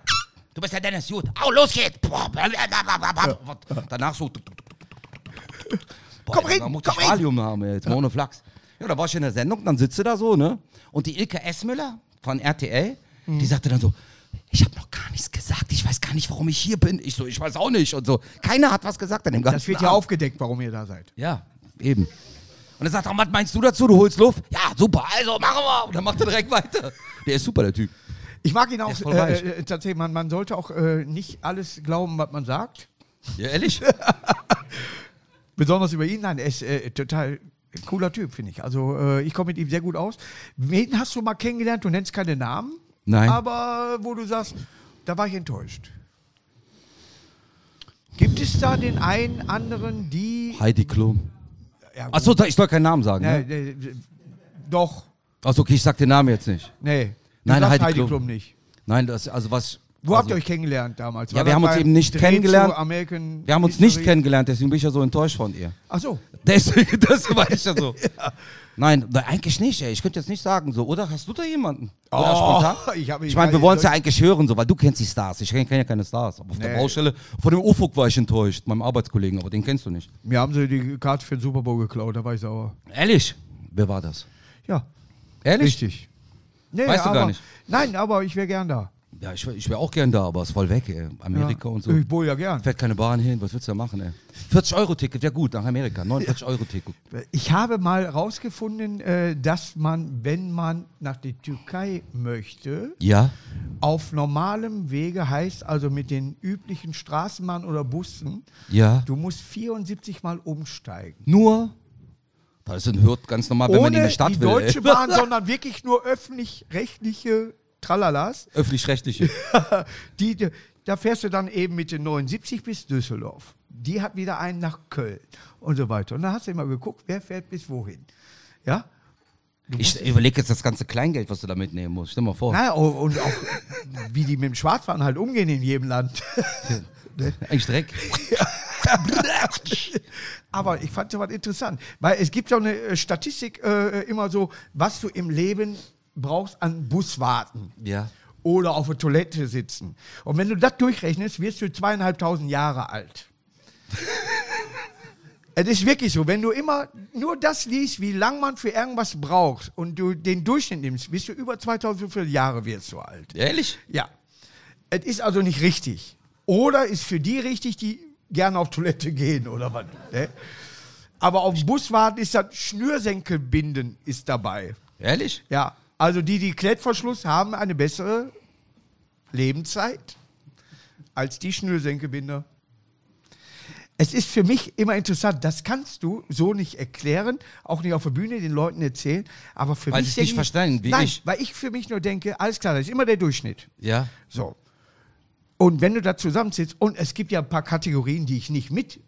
[SPEAKER 5] du bist der Dennis, gut. Au, los geht's. Danach so. Boah,
[SPEAKER 4] Komm
[SPEAKER 5] Alter,
[SPEAKER 4] rein,
[SPEAKER 5] da muss ich
[SPEAKER 4] komm rein.
[SPEAKER 5] Valium haben, ey, jetzt mal ohne Flachs. Ja, da war ich in der Sendung, dann sitze da so, ne? Und die Ilke Essmüller von RTL,
[SPEAKER 4] Mhm.
[SPEAKER 5] die sagte dann so, ich habe noch gar nichts gesagt, ich weiß gar nicht, warum ich hier bin. Ich so, ich weiß auch nicht und so. Keiner hat was gesagt an dem ganzen
[SPEAKER 4] Das wird ja
[SPEAKER 5] Abend.
[SPEAKER 4] aufgedeckt, warum ihr da seid.
[SPEAKER 5] Ja, eben. Und er sagt, auch, was meinst du dazu? Du holst Luft? Ja, super, also machen wir. Und dann macht er direkt weiter. Der ist super, der Typ.
[SPEAKER 4] Ich mag ihn auch
[SPEAKER 5] ist voll
[SPEAKER 4] äh,
[SPEAKER 5] weich.
[SPEAKER 4] äh, tatsächlich, man, man sollte auch äh, nicht alles glauben, was man sagt.
[SPEAKER 5] Ja, ehrlich?
[SPEAKER 4] Besonders über ihn, nein, er ist äh, total cooler Typ, finde ich. Also äh, ich komme mit ihm sehr gut aus. Wen hast du mal kennengelernt, du nennst keine Namen,
[SPEAKER 5] Nein.
[SPEAKER 4] aber wo du sagst, da war ich enttäuscht. Gibt es da den einen anderen, die...
[SPEAKER 5] Heidi Klum.
[SPEAKER 4] Ja,
[SPEAKER 5] Achso, ich soll keinen Namen sagen.
[SPEAKER 4] Nee,
[SPEAKER 5] Ne?
[SPEAKER 4] nee, nee, doch,
[SPEAKER 5] Achso, okay, ich sag den Namen jetzt nicht.
[SPEAKER 4] nee. Du
[SPEAKER 5] Nein,
[SPEAKER 4] sagst
[SPEAKER 5] Heidi Klum.
[SPEAKER 4] nicht.
[SPEAKER 5] Nein, das, also was.
[SPEAKER 4] Wo
[SPEAKER 5] also,
[SPEAKER 4] habt ihr euch kennengelernt damals?
[SPEAKER 5] Ja,
[SPEAKER 4] War
[SPEAKER 5] wir
[SPEAKER 4] das
[SPEAKER 5] haben uns
[SPEAKER 4] beim
[SPEAKER 5] eben nicht
[SPEAKER 4] Dreh
[SPEAKER 5] kennengelernt.
[SPEAKER 4] zu American
[SPEAKER 5] Wir haben uns nicht
[SPEAKER 4] History?
[SPEAKER 5] kennengelernt, deswegen bin ich ja so enttäuscht von ihr.
[SPEAKER 4] Ach so.
[SPEAKER 5] Deswegen, *laughs* das war ich ja so. Nein, nein, eigentlich nicht, ey. Ich könnte jetzt nicht sagen, so, oder? Hast du da jemanden? Oder
[SPEAKER 4] Oh, *laughs*
[SPEAKER 5] spontan?
[SPEAKER 4] ich hab- ich
[SPEAKER 5] ich meine, wir
[SPEAKER 4] weiß-
[SPEAKER 5] wollen es ja eigentlich hören, so, weil du kennst die Stars. Ich kenne kenn ja keine Stars. Aber auf der
[SPEAKER 4] Nee.
[SPEAKER 5] Baustelle, von dem Ufuk war ich enttäuscht, meinem Arbeitskollegen, aber den kennst du nicht.
[SPEAKER 4] Mir haben sie die Karte für den Super Bowl geklaut, da war ich sauer.
[SPEAKER 5] Ehrlich? Wer war das?
[SPEAKER 4] Ja,
[SPEAKER 5] Ehrlich?
[SPEAKER 4] richtig. Nee,
[SPEAKER 5] Weißt du
[SPEAKER 4] aber,
[SPEAKER 5] gar nicht.
[SPEAKER 4] Nein, aber ich wäre gern da.
[SPEAKER 5] Ja, ich, wär- ich wäre auch gern da, aber es ist voll weg, ey. Amerika
[SPEAKER 4] ja.
[SPEAKER 5] und so.
[SPEAKER 4] Ich wohl ja gern.
[SPEAKER 5] Fährt keine Bahn hin, was willst du da machen, ey? 40-Euro-Ticket, ja gut, nach Amerika. 49-Euro-Ticket.
[SPEAKER 4] Ich habe mal rausgefunden, äh, dass man, wenn man nach der Türkei möchte,
[SPEAKER 5] Ja?
[SPEAKER 4] auf normalem Wege heißt also mit den üblichen Straßenbahnen oder Bussen,
[SPEAKER 5] Ja?
[SPEAKER 4] du musst 74 Mal umsteigen.
[SPEAKER 5] Nur? Das ist ein Hürth ganz normal, wenn man in
[SPEAKER 4] Ohne
[SPEAKER 5] eine Stadt
[SPEAKER 4] die
[SPEAKER 5] will. ey.
[SPEAKER 4] Deutsche
[SPEAKER 5] *laughs*
[SPEAKER 4] Bahn, sondern wirklich nur öffentlich-rechtliche Tralalas.
[SPEAKER 5] Öffentlich-rechtliche.
[SPEAKER 4] Die, die, da fährst du dann eben mit den 79 bis Düsseldorf. Die hat wieder einen nach Köln und so weiter. Und da hast du immer geguckt, wer fährt bis wohin. Ja?
[SPEAKER 5] Ich überlege jetzt das ganze Kleingeld, was du da mitnehmen musst. Stell mal vor.
[SPEAKER 4] Naja, o- oh, und auch *laughs* wie die mit dem Schwarzfahren halt umgehen in jedem Land. *laughs*
[SPEAKER 5] Eigentlich Dreck.
[SPEAKER 4] Aber ich fand sowas interessant, weil es gibt ja eine äh, Statistik äh, immer so, was du im Leben brauchst an Buswarten.
[SPEAKER 5] Ja.
[SPEAKER 4] oder auf der Toilette sitzen. Und wenn du das durchrechnest, wirst du zweieinhalbtausend Jahre alt. *laughs* es ist wirklich so, wenn du immer nur das liest, wie lang man für irgendwas braucht und du den Durchschnitt nimmst, bist du über 2500 Jahre wirst du alt.
[SPEAKER 5] Ehrlich?
[SPEAKER 4] Ja. Es ist also nicht richtig. Oder ist für die richtig, die gerne auf Toilette gehen oder was. Ne? Aber auf dem Bus warten ist das Schnürsenkelbinden ist dabei.
[SPEAKER 5] Ehrlich?
[SPEAKER 4] Ja, also die, die Klettverschluss haben, eine bessere Lebenszeit als die Schnürsenkelbinder. Es ist für mich immer interessant, das kannst du so nicht erklären, auch nicht auf der Bühne den Leuten erzählen, aber für
[SPEAKER 5] Weil
[SPEAKER 4] mich...
[SPEAKER 5] sie es
[SPEAKER 4] denke
[SPEAKER 5] nicht
[SPEAKER 4] ich-
[SPEAKER 5] verstehen, wie
[SPEAKER 4] nein,
[SPEAKER 5] ich.
[SPEAKER 4] weil ich für mich nur denke, alles klar, das ist immer der Durchschnitt.
[SPEAKER 5] Ja.
[SPEAKER 4] So. Und wenn du da zusammensitzt, und es gibt ja ein paar Kategorien, die ich nicht mit,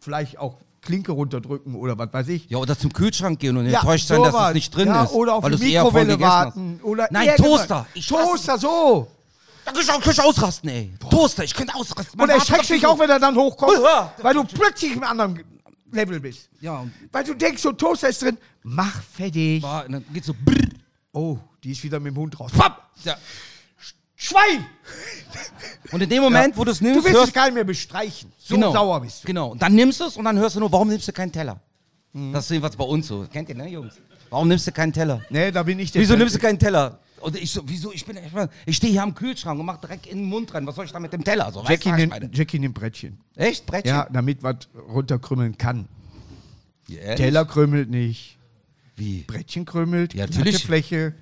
[SPEAKER 4] vielleicht auch Klinke runterdrücken oder was weiß ich,
[SPEAKER 5] Ja, oder zum Kühlschrank gehen und enttäuscht sein, dass
[SPEAKER 4] sowas.
[SPEAKER 5] es nicht drin
[SPEAKER 4] ja,
[SPEAKER 5] ist.
[SPEAKER 4] Oder auf
[SPEAKER 5] weil
[SPEAKER 4] die
[SPEAKER 5] du es eher voll
[SPEAKER 4] Mikrowelle
[SPEAKER 5] gegessen hast.
[SPEAKER 4] warten. Oder
[SPEAKER 5] Nein,
[SPEAKER 4] irgendwas.
[SPEAKER 5] Toaster. Ich
[SPEAKER 4] Toaster, so.
[SPEAKER 5] Da kann ich, auch- kann ich ausrasten, ey. Toaster, ich könnte ausrasten.
[SPEAKER 4] Und
[SPEAKER 5] Man
[SPEAKER 4] er
[SPEAKER 5] wartet
[SPEAKER 4] schreckt
[SPEAKER 5] auf
[SPEAKER 4] dich
[SPEAKER 5] die-
[SPEAKER 4] auch, wenn er dann
[SPEAKER 5] *laughs*
[SPEAKER 4] hochkommt,
[SPEAKER 5] Uah.
[SPEAKER 4] weil du plötzlich im anderen Level bist.
[SPEAKER 5] Ja, und
[SPEAKER 4] Weil du denkst, so Toaster ist drin, mach fertig.
[SPEAKER 5] war- und dann geht so. brrr.
[SPEAKER 4] Oh, die ist wieder mit dem Hund raus. Papp!
[SPEAKER 5] Ja.
[SPEAKER 4] Schwein!
[SPEAKER 5] Und in dem Moment, wo du es
[SPEAKER 4] Du
[SPEAKER 5] nimmst,
[SPEAKER 4] willst es
[SPEAKER 5] hörst
[SPEAKER 4] gar nicht mehr bestreichen. So
[SPEAKER 5] Genau.
[SPEAKER 4] sauer bist du.
[SPEAKER 5] Mhm. Genau. Und dann nimmst du es und dann hörst du nur, warum nimmst du keinen Teller? Das ist jedenfalls bei uns so. Kennt ihr, ne, Jungs? Warum nimmst du keinen Teller?
[SPEAKER 4] Nee, da bin ich der
[SPEAKER 5] Wieso
[SPEAKER 4] Fan.
[SPEAKER 5] nimmst du keinen Teller? Und ich so, wieso? Ich bin echt mal, ich stehe hier am Kühlschrank und mach direkt in den Mund rein. Was soll ich da mit dem Teller? So,
[SPEAKER 4] Jackie
[SPEAKER 5] weißt du, was ich
[SPEAKER 4] nimmt,
[SPEAKER 5] meine?
[SPEAKER 4] Jackie nimmt Brettchen.
[SPEAKER 5] Echt? Brettchen?
[SPEAKER 4] Ja, damit was runterkrümmeln kann.
[SPEAKER 5] Yeah.
[SPEAKER 4] Teller krümelt nicht.
[SPEAKER 5] Wie?
[SPEAKER 4] Brettchen krümelt.
[SPEAKER 5] Ja,
[SPEAKER 4] glatte
[SPEAKER 5] natürlich.
[SPEAKER 4] Fläche.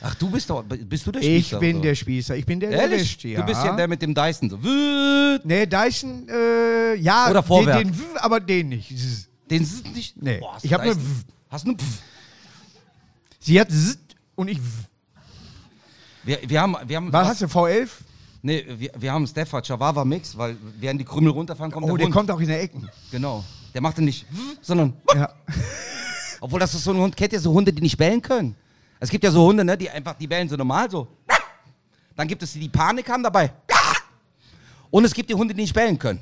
[SPEAKER 5] Ach, du bist doch, bist du der
[SPEAKER 4] Ich
[SPEAKER 5] Spießer?
[SPEAKER 4] bin
[SPEAKER 5] oder?
[SPEAKER 4] der Spießer. Ich bin der, der
[SPEAKER 5] Ehrlich?
[SPEAKER 4] wischt, ja.
[SPEAKER 5] Du bist ja der mit dem Dyson. So, wüt,
[SPEAKER 4] Nee, Dyson, äh, ja.
[SPEAKER 5] Oder Vorwerk.
[SPEAKER 4] Den, den, aber den nicht. Zzz.
[SPEAKER 5] den sind nicht.
[SPEAKER 4] Nee,
[SPEAKER 5] hast
[SPEAKER 4] ich
[SPEAKER 5] du
[SPEAKER 4] hab ne
[SPEAKER 5] Dyson?
[SPEAKER 4] Wüt.
[SPEAKER 5] Hast du ne Pff.
[SPEAKER 4] Sie hat zzz und ich. w.
[SPEAKER 5] Wir, wir haben, wir haben,
[SPEAKER 4] Was hast du, V11?
[SPEAKER 5] Nee, wir, wir haben Stafford Chihuahua Mix, weil während die Krümel runterfahren, kommt
[SPEAKER 4] Oh, der
[SPEAKER 5] Hund.
[SPEAKER 4] kommt auch in der Ecken.
[SPEAKER 5] Genau. Der macht dann nicht, wüt, sondern,
[SPEAKER 4] Ja.
[SPEAKER 5] obwohl das ist so ein Hund. Kennt ihr so Hunde, die nicht bellen können? Es gibt ja so Hunde, ne, die einfach, die bellen so normal so. Dann gibt es die, die Panik haben dabei. Und es gibt die Hunde, die nicht bellen können.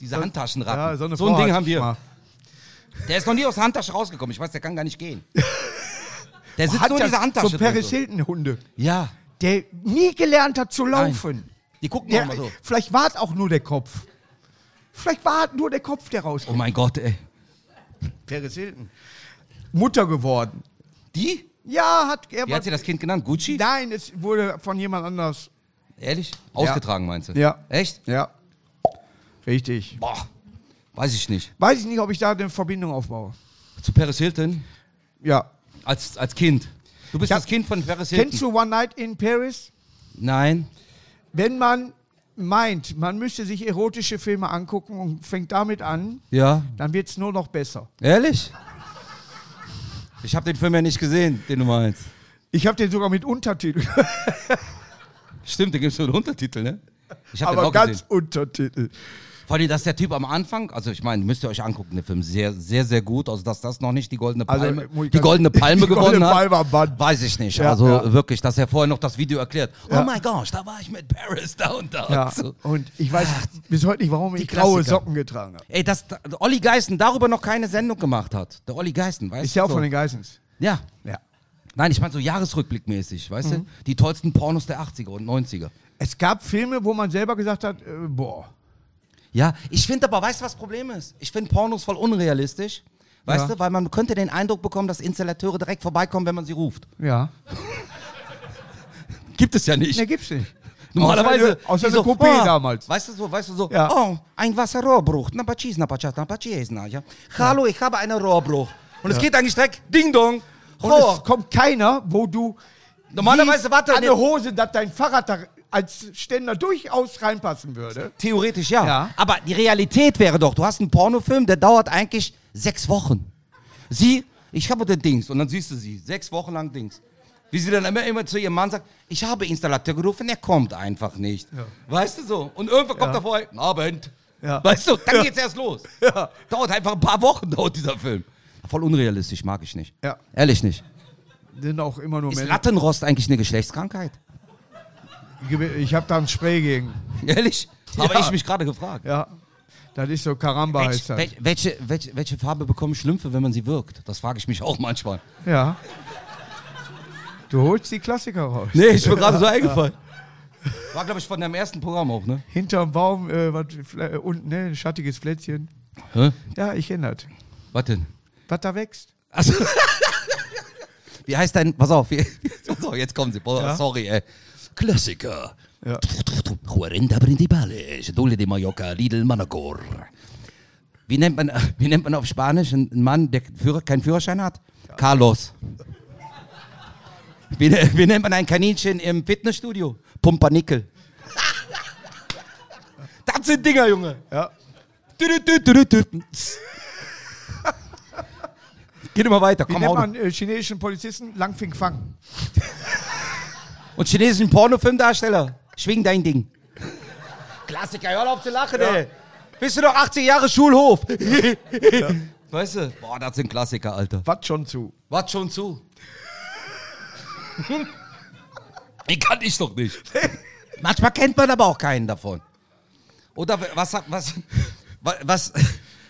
[SPEAKER 5] Diese Handtaschenratten.
[SPEAKER 4] ja so, eine
[SPEAKER 5] so ein
[SPEAKER 4] Frau
[SPEAKER 5] Ding
[SPEAKER 4] hatte
[SPEAKER 5] haben
[SPEAKER 4] ich
[SPEAKER 5] wir.
[SPEAKER 4] mal.
[SPEAKER 5] Der ist noch nie aus der Handtasche rausgekommen. Ich weiß, der kann gar
[SPEAKER 4] *laughs*
[SPEAKER 5] nicht gehen. Der sitzt
[SPEAKER 4] Hat
[SPEAKER 5] nur in
[SPEAKER 4] ja
[SPEAKER 5] dieser Handtasche.
[SPEAKER 4] So
[SPEAKER 5] drin,
[SPEAKER 4] Paris Hilton Hunde,
[SPEAKER 5] Ja.
[SPEAKER 4] der nie gelernt hat zu laufen.
[SPEAKER 5] Die gucken
[SPEAKER 4] Der,
[SPEAKER 5] auch mal so.
[SPEAKER 4] Vielleicht war es auch nur der Kopf. Vielleicht war es nur der Kopf, der
[SPEAKER 5] Oh
[SPEAKER 4] rauskommt.
[SPEAKER 5] mein Gott, ey.
[SPEAKER 4] Paris Hilton. Mutter geworden.
[SPEAKER 5] Die?
[SPEAKER 4] Ja, hat er
[SPEAKER 5] Wie hat sie das Kind genannt? Gucci?
[SPEAKER 4] Nein, es wurde von jemand anders.
[SPEAKER 5] Ehrlich? Ausgetragen, meinst du?
[SPEAKER 4] Ja.
[SPEAKER 5] Echt?
[SPEAKER 4] Ja. Richtig.
[SPEAKER 5] Boah. Weiß ich nicht.
[SPEAKER 4] Weiß ich nicht, ob ich da eine Verbindung aufbaue.
[SPEAKER 5] Zu Paris Hilton?
[SPEAKER 4] Ja.
[SPEAKER 5] Als, als Kind. Du bist
[SPEAKER 4] Ja.
[SPEAKER 5] das Kind von Paris Hilton.
[SPEAKER 4] Kennst du One Night in Paris?
[SPEAKER 5] Nein.
[SPEAKER 4] Wenn man meint, man müsste sich erotische Filme angucken und fängt damit an,
[SPEAKER 5] Ja.
[SPEAKER 4] dann wird es nur noch besser.
[SPEAKER 5] Ehrlich? Ich habe den Film ja nicht gesehen, den du meinst.
[SPEAKER 4] Ich habe den sogar mit
[SPEAKER 5] *laughs*
[SPEAKER 4] Untertitel,
[SPEAKER 5] Stimmt, da gibt es so einen Untertitel, ne? Ich habe den
[SPEAKER 4] aber
[SPEAKER 5] auch
[SPEAKER 4] ganz
[SPEAKER 5] gesehen.
[SPEAKER 4] Untertitel.
[SPEAKER 5] Vor allem, dass der Typ am Anfang, also ich meine, müsst ihr euch angucken, der Film sehr, sehr, sehr gut. Also, dass das noch nicht die Goldene
[SPEAKER 4] Also,
[SPEAKER 5] Palme,
[SPEAKER 4] muss ich
[SPEAKER 5] die
[SPEAKER 4] ganz-
[SPEAKER 5] Goldene
[SPEAKER 4] *laughs*
[SPEAKER 5] Palme
[SPEAKER 4] Die Goldene
[SPEAKER 5] gewonnen hat,
[SPEAKER 4] Palme am Band.
[SPEAKER 5] weiß ich nicht.
[SPEAKER 4] Ja,
[SPEAKER 5] also
[SPEAKER 4] ja.
[SPEAKER 5] wirklich, dass er vorher noch das Video erklärt.
[SPEAKER 4] Ja.
[SPEAKER 5] Oh mein Gott, da war ich mit Paris da und da.
[SPEAKER 4] Ja.
[SPEAKER 5] Und so. Ah,
[SPEAKER 4] Und ich weiß bis heute nicht, warum ich
[SPEAKER 5] Die
[SPEAKER 4] graue
[SPEAKER 5] Klassiker.
[SPEAKER 4] Socken getragen habe.
[SPEAKER 5] Ey, dass der Olli Geißen darüber noch keine Sendung gemacht hat. Der Olli Geißen, weißt du?
[SPEAKER 4] Ist ja auch
[SPEAKER 5] so.
[SPEAKER 4] von den Geissens.
[SPEAKER 5] Ja.
[SPEAKER 4] Ja.
[SPEAKER 5] Nein, ich meine so Jahresrückblickmäßig, weißt
[SPEAKER 4] Mhm.
[SPEAKER 5] du? Die tollsten Pornos der 80er und 90er.
[SPEAKER 4] Es gab Filme, wo man selber gesagt hat, äh, boah.
[SPEAKER 5] Ja, ich finde aber, weißt du, was das Problem ist? Ich finde Pornos voll unrealistisch. Weißt
[SPEAKER 4] Ja.
[SPEAKER 5] du, weil man könnte den Eindruck bekommen, dass Installateure direkt vorbeikommen, wenn man sie ruft.
[SPEAKER 4] Ja.
[SPEAKER 5] Gibt es ja nicht.
[SPEAKER 4] Ne, gibt's nicht.
[SPEAKER 5] Normalerweise.
[SPEAKER 4] Außer eine- außer
[SPEAKER 5] die
[SPEAKER 4] eine Kopie damals.
[SPEAKER 5] Ah, Weißt du so, weißt du so,
[SPEAKER 4] Ja.
[SPEAKER 5] oh, ein Wasserrohrbruch. Na, pachis, na, pachas, na, pachis, na, ja. Hallo, ich habe einen Rohrbruch. Und es geht eigentlich direkt, ding dong.
[SPEAKER 4] Und
[SPEAKER 5] Rohr.
[SPEAKER 4] es kommt keiner, wo du
[SPEAKER 5] Normalerweise,
[SPEAKER 4] siehst
[SPEAKER 5] warte,
[SPEAKER 4] an
[SPEAKER 5] ne-
[SPEAKER 4] der Hose, dass dein Fahrrad da als Ständer durchaus reinpassen würde.
[SPEAKER 5] Theoretisch ja.
[SPEAKER 4] Ja.
[SPEAKER 5] Aber die Realität wäre doch, du hast einen Pornofilm, der dauert eigentlich sechs Wochen. Sie, ich habe den Dings. Und dann siehst du sie, sechs Wochen lang Dings. Wie sie dann immer, immer zu ihrem Mann sagt, ich habe Installateur gerufen, er kommt einfach nicht. Weißt du so? Und irgendwann kommt er vorher, "Guten Abend.
[SPEAKER 4] Ja.
[SPEAKER 5] Weißt du, dann
[SPEAKER 4] Ja.
[SPEAKER 5] geht's erst los.
[SPEAKER 4] Ja.
[SPEAKER 5] Dauert einfach ein paar Wochen, dauert dieser Film. Voll unrealistisch, mag ich nicht.
[SPEAKER 4] Ja.
[SPEAKER 5] Ehrlich nicht.
[SPEAKER 4] Sind auch immer nur
[SPEAKER 5] Ist
[SPEAKER 4] Männer.
[SPEAKER 5] Lattenrost eigentlich
[SPEAKER 4] *laughs*
[SPEAKER 5] eine Geschlechtskrankheit?
[SPEAKER 4] Ich habe da ein Spray gegen.
[SPEAKER 5] Ehrlich? Habe
[SPEAKER 4] Ja.
[SPEAKER 5] ich mich gerade gefragt.
[SPEAKER 4] Ja. Das ist so Karamba heißt
[SPEAKER 5] Welch,
[SPEAKER 4] das.
[SPEAKER 5] welch, welche, welche, welche Farbe bekommen Schlümpfe, wenn man sie wirkt? Das frage ich mich auch manchmal.
[SPEAKER 4] Ja. Du holst die Klassiker raus.
[SPEAKER 5] Nee, ich bin *laughs* gerade so eingefallen. War, glaube ich, von deinem ersten Programm auch, ne?
[SPEAKER 4] Hinterm Baum, äh, was, äh, unten, ne, ein schattiges Plätzchen.
[SPEAKER 5] Hä?
[SPEAKER 4] Ja, ich kenne das.
[SPEAKER 5] Was denn?
[SPEAKER 4] Was da wächst.
[SPEAKER 5] Also, wie heißt dein. Pass auf, wie, *laughs* pass auf jetzt kommen sie. Boah,
[SPEAKER 4] Ja.
[SPEAKER 5] Sorry, ey. Klassiker.
[SPEAKER 4] Ja.
[SPEAKER 5] Juarenta principales. Dole de Mallorca, Lidl, Manacor. Wie nennt man, *laughs* wie nennt man auf Spanisch einen Mann, der Führer, keinen Führerschein hat? Carlos. Wie, ne- wie nennt man ein Kaninchen im Fitnessstudio? Pumpernickel. *laughs* Das sind Dinger, Junge.
[SPEAKER 4] Ja.
[SPEAKER 5] Tü- tü- tü- tü- tü. Geht immer weiter,
[SPEAKER 4] Wie
[SPEAKER 5] komm,
[SPEAKER 4] nennt
[SPEAKER 5] hau
[SPEAKER 4] man äh, chinesischen Polizisten? Langfing Fang.
[SPEAKER 5] Und chinesischen Pornofilmdarsteller. Schwing dein Ding. Klassiker, hör auf zu lachen, ey. Bist du noch 80 Jahre Schulhof? *laughs* Weißt du? Boah, das sind Klassiker, Alter.
[SPEAKER 4] Was schon zu.
[SPEAKER 5] Wart schon zu. ich kann dich doch nicht. Manchmal kennt man aber auch keinen davon. Oder was, was, was, was,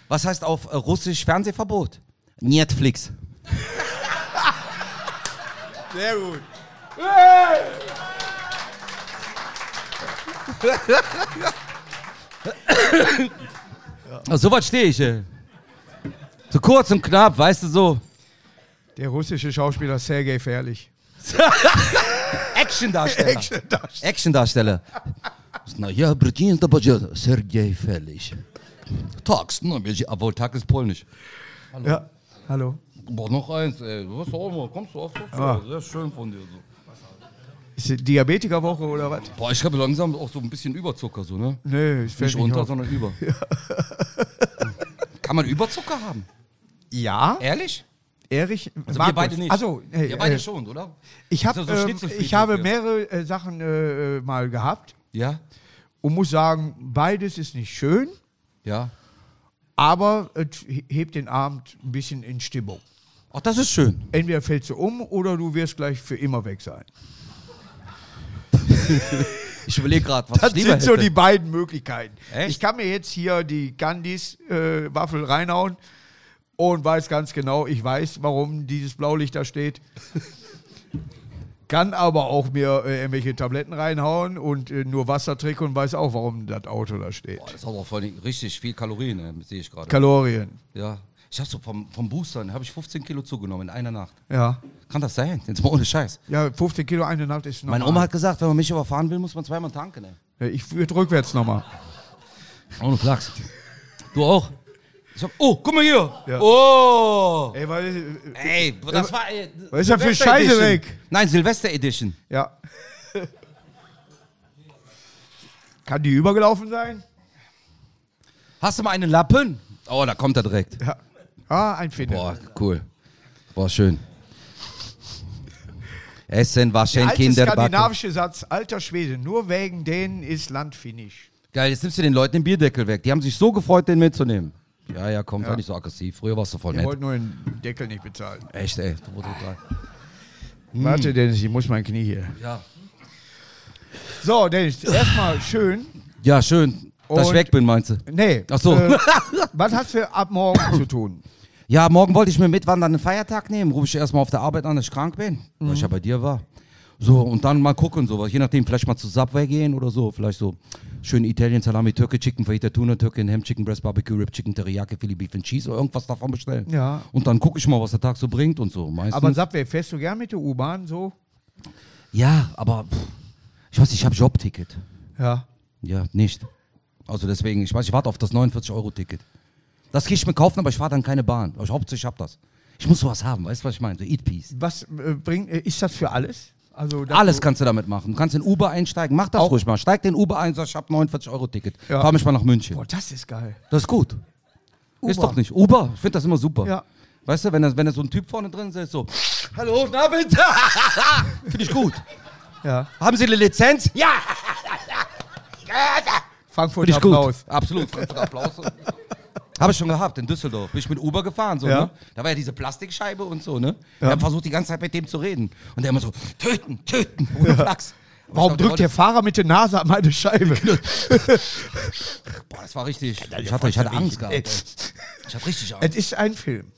[SPEAKER 5] was heißt auf Russisch Fernsehverbot? Netflix.
[SPEAKER 4] Sehr gut.
[SPEAKER 5] So was stehe ich, ey. So kurz und knapp, weißt du so.
[SPEAKER 4] Der russische Schauspieler Sergei Fährlich. *laughs*
[SPEAKER 5] Actiondarsteller.
[SPEAKER 4] Action-Darsteller.
[SPEAKER 5] Actiondarsteller. Na ja, Britin Tabajer, Sergej Fällig. Tags, ne, obwohl Tag ist polnisch.
[SPEAKER 4] Ja, hallo.
[SPEAKER 5] Boah, noch eins, ey. Du hast auch immer, kommst du oft dazu?
[SPEAKER 4] Ah.
[SPEAKER 5] Sehr schön von dir. So.
[SPEAKER 4] Ist die Diabetikerwoche oder was?
[SPEAKER 5] Boah, ich habe langsam auch so ein bisschen Überzucker, so, ne?
[SPEAKER 4] Nö, ich
[SPEAKER 5] Nicht
[SPEAKER 4] fällt
[SPEAKER 5] runter,
[SPEAKER 4] auf.
[SPEAKER 5] sondern über. *laughs* Kann man Überzucker haben?
[SPEAKER 4] Ja,
[SPEAKER 5] Ehrlich?
[SPEAKER 4] Erich,
[SPEAKER 5] Also wir
[SPEAKER 4] Markus.
[SPEAKER 5] beide nicht.
[SPEAKER 4] Also, hey,
[SPEAKER 5] wir beide
[SPEAKER 4] äh,
[SPEAKER 5] schon, oder?
[SPEAKER 4] ich, hab,
[SPEAKER 5] Ist ja so
[SPEAKER 4] ähm,
[SPEAKER 5] Schnitzelfriedhof
[SPEAKER 4] ich habe
[SPEAKER 5] hier.
[SPEAKER 4] mehrere äh, Sachen äh, äh, mal gehabt
[SPEAKER 5] Ja,
[SPEAKER 4] und muss sagen, beides ist nicht schön,
[SPEAKER 5] ja.
[SPEAKER 4] aber es hebt den Abend ein bisschen in Stimmung.
[SPEAKER 5] Ach, das ist schön.
[SPEAKER 4] Entweder fällst du um oder du wirst gleich für immer weg sein.
[SPEAKER 5] Ich überlege gerade, was
[SPEAKER 4] Das
[SPEAKER 5] ich lieber
[SPEAKER 4] sind so
[SPEAKER 5] hätte.
[SPEAKER 4] die beiden Möglichkeiten.
[SPEAKER 5] Echt?
[SPEAKER 4] Ich kann mir jetzt hier die Gandhis-Waffel reinhauen und weiß ganz genau, ich weiß, warum dieses Blaulicht da steht. kann aber auch mir äh, irgendwelche Tabletten reinhauen und äh, nur Wasser trinken und weiß auch, warum das Auto da steht.
[SPEAKER 5] Boah, das hat auch vor allem richtig viel Kalorien, ne? sehe ich gerade.
[SPEAKER 4] Kalorien.
[SPEAKER 5] ja. Ich habe so vom, vom Booster, habe ich 15 Kilo zugenommen in einer Nacht.
[SPEAKER 4] Ja.
[SPEAKER 5] Kann das sein? Jetzt mal ohne Scheiß.
[SPEAKER 4] Ja, 15 Kilo eine Nacht ist normal.
[SPEAKER 5] Meine Oma hat gesagt, wenn man mich überfahren will, muss man zweimal tanken, ey.
[SPEAKER 4] Ja, Ich würde rückwärts nochmal.
[SPEAKER 5] Ohne Flachs. Du auch? Ich sag, oh, guck mal hier.
[SPEAKER 4] Ja.
[SPEAKER 5] Oh.
[SPEAKER 4] Ey, weil,
[SPEAKER 5] Ey, das war... Ey,
[SPEAKER 4] was ist das für
[SPEAKER 5] Silvester
[SPEAKER 4] Scheiße
[SPEAKER 5] Edition.
[SPEAKER 4] weg?
[SPEAKER 5] Nein, Silvester Edition.
[SPEAKER 4] Ja. *laughs* Kann die übergelaufen sein?
[SPEAKER 5] Hast du mal einen Lappen? Oh, da kommt er direkt.
[SPEAKER 4] Ja. Ah, ein Finne.
[SPEAKER 5] Boah, cool. Boah, schön. Essen, waschen,
[SPEAKER 4] Alte
[SPEAKER 5] Kinderbacken.
[SPEAKER 4] skandinavische Satz, alter Schwede, nur wegen denen ist Land finnisch.
[SPEAKER 5] Geil, jetzt nimmst du den Leuten den Bierdeckel weg. Die haben sich so gefreut, den mitzunehmen. Ja, ja, komm, sei
[SPEAKER 4] Ja.
[SPEAKER 5] nicht so aggressiv. Früher warst du voll
[SPEAKER 4] Ich
[SPEAKER 5] nett.
[SPEAKER 4] wollte nur den Deckel nicht bezahlen.
[SPEAKER 5] Echt, ey. Du wurdest total- Hm.
[SPEAKER 4] Warte, Dennis, ich muss mein Knie hier.
[SPEAKER 5] Ja.
[SPEAKER 4] So, Dennis, erstmal schön.
[SPEAKER 5] ja, schön. Dass
[SPEAKER 4] Und-
[SPEAKER 5] ich weg bin, meinst du?
[SPEAKER 4] Nee.
[SPEAKER 5] Ach so.
[SPEAKER 4] Äh, was hast du ab morgen zu tun?
[SPEAKER 5] Ja, morgen wollte ich mir mitwandern einen Feiertag nehmen. Rufe ich erstmal auf der Arbeit an, dass ich krank bin, weil ich ja bei dir war. So, und dann mal gucken, sowas. Je nachdem, vielleicht mal zu Subway gehen oder so. Vielleicht so schön Italien, Salami, Türke, Chicken, Fajita, Tuna, Türke, Ham, Chicken, Breast, Barbecue, Rib, Chicken, Teriyaki, Philly Beef and Cheese oder irgendwas davon bestellen.
[SPEAKER 4] Ja.
[SPEAKER 5] Und dann gucke ich mal, was der Tag so bringt und so. Meistens.
[SPEAKER 4] Aber Subway, fährst du gern mit der U-Bahn so?
[SPEAKER 5] ja, aber pff, ich weiß, nicht, ich habe Jobticket.
[SPEAKER 4] Ja.
[SPEAKER 5] Ja, nicht. Also deswegen, ich weiß, ich warte auf das 49-Euro-Ticket. Das kann ich mir kaufen, aber ich fahre dann keine Bahn. Aber ich, hauptsächlich ich habe das. Ich muss sowas haben, weißt du, was ich meine? So Eat Peace.
[SPEAKER 4] Was äh, bringt, äh, ist das für alles? Also, dass
[SPEAKER 5] Alles
[SPEAKER 4] du,
[SPEAKER 5] kannst du damit machen. Du kannst in Uber einsteigen. Mach das
[SPEAKER 4] Auch-
[SPEAKER 5] ruhig mal. Steig den Uber ein, sag, ich hab 49 Euro Ticket.
[SPEAKER 4] Ja.
[SPEAKER 5] Fahr mich mal nach München.
[SPEAKER 4] Boah, das ist geil.
[SPEAKER 5] Das ist gut. Ist
[SPEAKER 4] Uber.
[SPEAKER 5] doch nicht. Uber, ich finde das immer super.
[SPEAKER 4] Ja.
[SPEAKER 5] Weißt du, wenn, das, wenn da so ein Typ vorne drin sitzt, so, hallo, na bitte. *laughs* finde ich gut.
[SPEAKER 4] Ja.
[SPEAKER 5] Haben Sie eine Lizenz? Ja,
[SPEAKER 4] Frankfurt
[SPEAKER 5] finde ich gut.
[SPEAKER 4] Applaus.
[SPEAKER 5] Absolut. Frankfurt Applaus. Habe ich schon gehabt in Düsseldorf. Bin ich mit Uber gefahren. So,
[SPEAKER 4] Ja.
[SPEAKER 5] ne? Da war ja diese Plastikscheibe und so. Ne? Ich habe versucht, die ganze Zeit mit dem zu reden. Und der immer so, töten, töten. Ohne Flachs. Aber
[SPEAKER 4] Warum
[SPEAKER 5] ich glaub,
[SPEAKER 4] drückt der
[SPEAKER 5] wollte-
[SPEAKER 4] Fahrer mit der Nase an meine Scheibe? *laughs*
[SPEAKER 5] Boah, das war richtig. Ich hatte, ich hatte Angst gehabt. ey. Ich hatte richtig Angst.
[SPEAKER 4] es ist ein Film.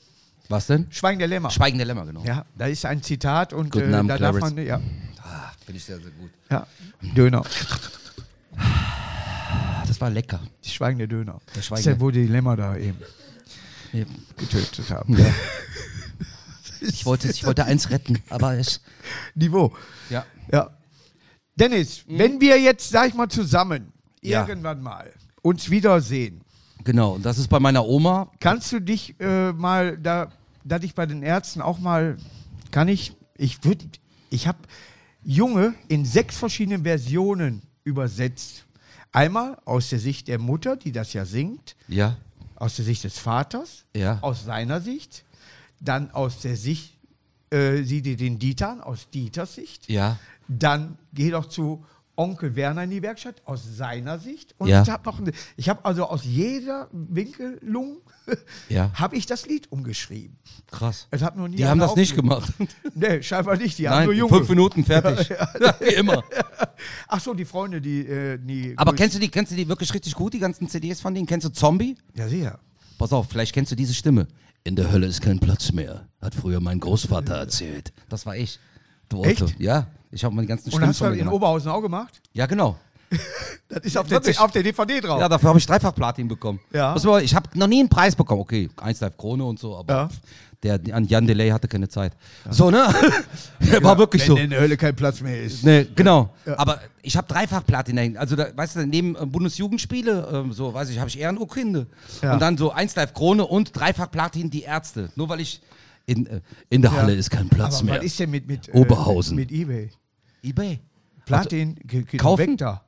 [SPEAKER 5] Was denn?
[SPEAKER 4] Schweigen der Lämmer.
[SPEAKER 5] Schweigen der Lämmer, genau.
[SPEAKER 4] Ja, da ist ein Zitat und
[SPEAKER 5] Guten
[SPEAKER 4] äh,
[SPEAKER 5] Abend,
[SPEAKER 4] da darf
[SPEAKER 5] Clarence.
[SPEAKER 4] man, ja,
[SPEAKER 5] Ah, Finde ich sehr, sehr gut.
[SPEAKER 4] ja, Döner,
[SPEAKER 5] Ah, das war lecker.
[SPEAKER 4] die Schweigen der Döner. Das
[SPEAKER 5] Schweigen
[SPEAKER 4] ist ja,
[SPEAKER 5] der-
[SPEAKER 4] wo die Lämmer da eben
[SPEAKER 5] Ja.
[SPEAKER 4] getötet haben.
[SPEAKER 5] Ich wollte, ich wollte eins retten, aber es.
[SPEAKER 4] Niveau.
[SPEAKER 5] Ja.
[SPEAKER 4] Ja. Dennis, wenn wir jetzt, sag ich mal, zusammen
[SPEAKER 5] Ja.
[SPEAKER 4] irgendwann mal uns wiedersehen,
[SPEAKER 5] Genau, und das ist bei meiner Oma.
[SPEAKER 4] kannst du dich äh, mal, da, da dich bei den Ärzten auch mal, kann ich, ich würde, ich habe Junge in sechs verschiedenen Versionen übersetzt. Einmal aus der Sicht der Mutter, die das ja singt,
[SPEAKER 5] Ja.
[SPEAKER 4] aus der Sicht des Vaters,
[SPEAKER 5] Ja.
[SPEAKER 4] aus seiner Sicht, dann aus der Sicht, äh, sieh dir den Dietern, aus Dieters Sicht,
[SPEAKER 5] Ja.
[SPEAKER 4] dann geh doch zu Onkel Werner in die Werkstatt, aus seiner Sicht. Und
[SPEAKER 5] Ja.
[SPEAKER 4] ich habe noch, ein- ich habe also aus jeder Winkelung, *laughs*
[SPEAKER 5] Ja.
[SPEAKER 4] habe ich das Lied
[SPEAKER 5] *laughs*
[SPEAKER 4] umgeschrieben.
[SPEAKER 5] Krass.
[SPEAKER 4] Es hat noch nie
[SPEAKER 5] Die haben
[SPEAKER 4] einer
[SPEAKER 5] das nicht
[SPEAKER 4] aufgenommen.
[SPEAKER 5] gemacht. *laughs*
[SPEAKER 4] Nee, scheinbar nicht. Die haben
[SPEAKER 5] Nein,
[SPEAKER 4] nur
[SPEAKER 5] in
[SPEAKER 4] Junge.
[SPEAKER 5] fünf
[SPEAKER 4] *laughs*
[SPEAKER 5] Minuten fertig. Wie immer.
[SPEAKER 4] Ach so, die Freunde, die, äh, die
[SPEAKER 5] Aber kennst du die, kennst du die wirklich richtig gut, die ganzen CDs von denen? Kennst du Zombie?
[SPEAKER 4] Ja, sicher.
[SPEAKER 5] Pass auf, vielleicht kennst du diese Stimme. In der Hölle ist kein Platz mehr, hat früher mein Großvater erzählt. Das war ich. Du Otto.
[SPEAKER 4] Echt?
[SPEAKER 5] Ja, ich habe meine ganzen
[SPEAKER 4] Und
[SPEAKER 5] Stimmen
[SPEAKER 4] hast du
[SPEAKER 5] von
[SPEAKER 4] das
[SPEAKER 5] mir
[SPEAKER 4] in
[SPEAKER 5] gemacht.
[SPEAKER 4] Oberhausen auch gemacht?
[SPEAKER 5] genau. Ja, genau.
[SPEAKER 4] Das ist auf der,
[SPEAKER 5] Wirklich?
[SPEAKER 4] auf der DVD drauf.
[SPEAKER 5] Ja, dafür habe ich dreifach Platin bekommen.
[SPEAKER 4] Oh. Ja.
[SPEAKER 5] Muss man- Ich habe noch nie einen Preis bekommen. Okay, 1 Live Krone und so, aber
[SPEAKER 4] Ja.
[SPEAKER 5] der an Jan Delay hatte keine Zeit. So, ne? *laughs* War wirklich
[SPEAKER 4] Wenn
[SPEAKER 5] so.
[SPEAKER 4] in der Hölle kein Platz mehr ist.
[SPEAKER 5] Nee, genau. Aber ich habe dreifach Platin dahin. Also, da, weißt du, neben äh, Bundesjugendspiele, ähm, so, weiß ich, habe ich Ehrenurkunde.
[SPEAKER 4] Ja.
[SPEAKER 5] Und dann so 1 Live Krone und dreifach Platin die Ärzte. Nur weil ich in, äh, in der Halle ist kein Platz
[SPEAKER 4] Aber
[SPEAKER 5] mehr.
[SPEAKER 4] was ist denn mit, mit, äh,
[SPEAKER 5] Oberhausen.
[SPEAKER 4] mit, mit Ebay?
[SPEAKER 5] eBay.
[SPEAKER 4] Platin ge- geht
[SPEAKER 5] Also kaufen?
[SPEAKER 4] weg da.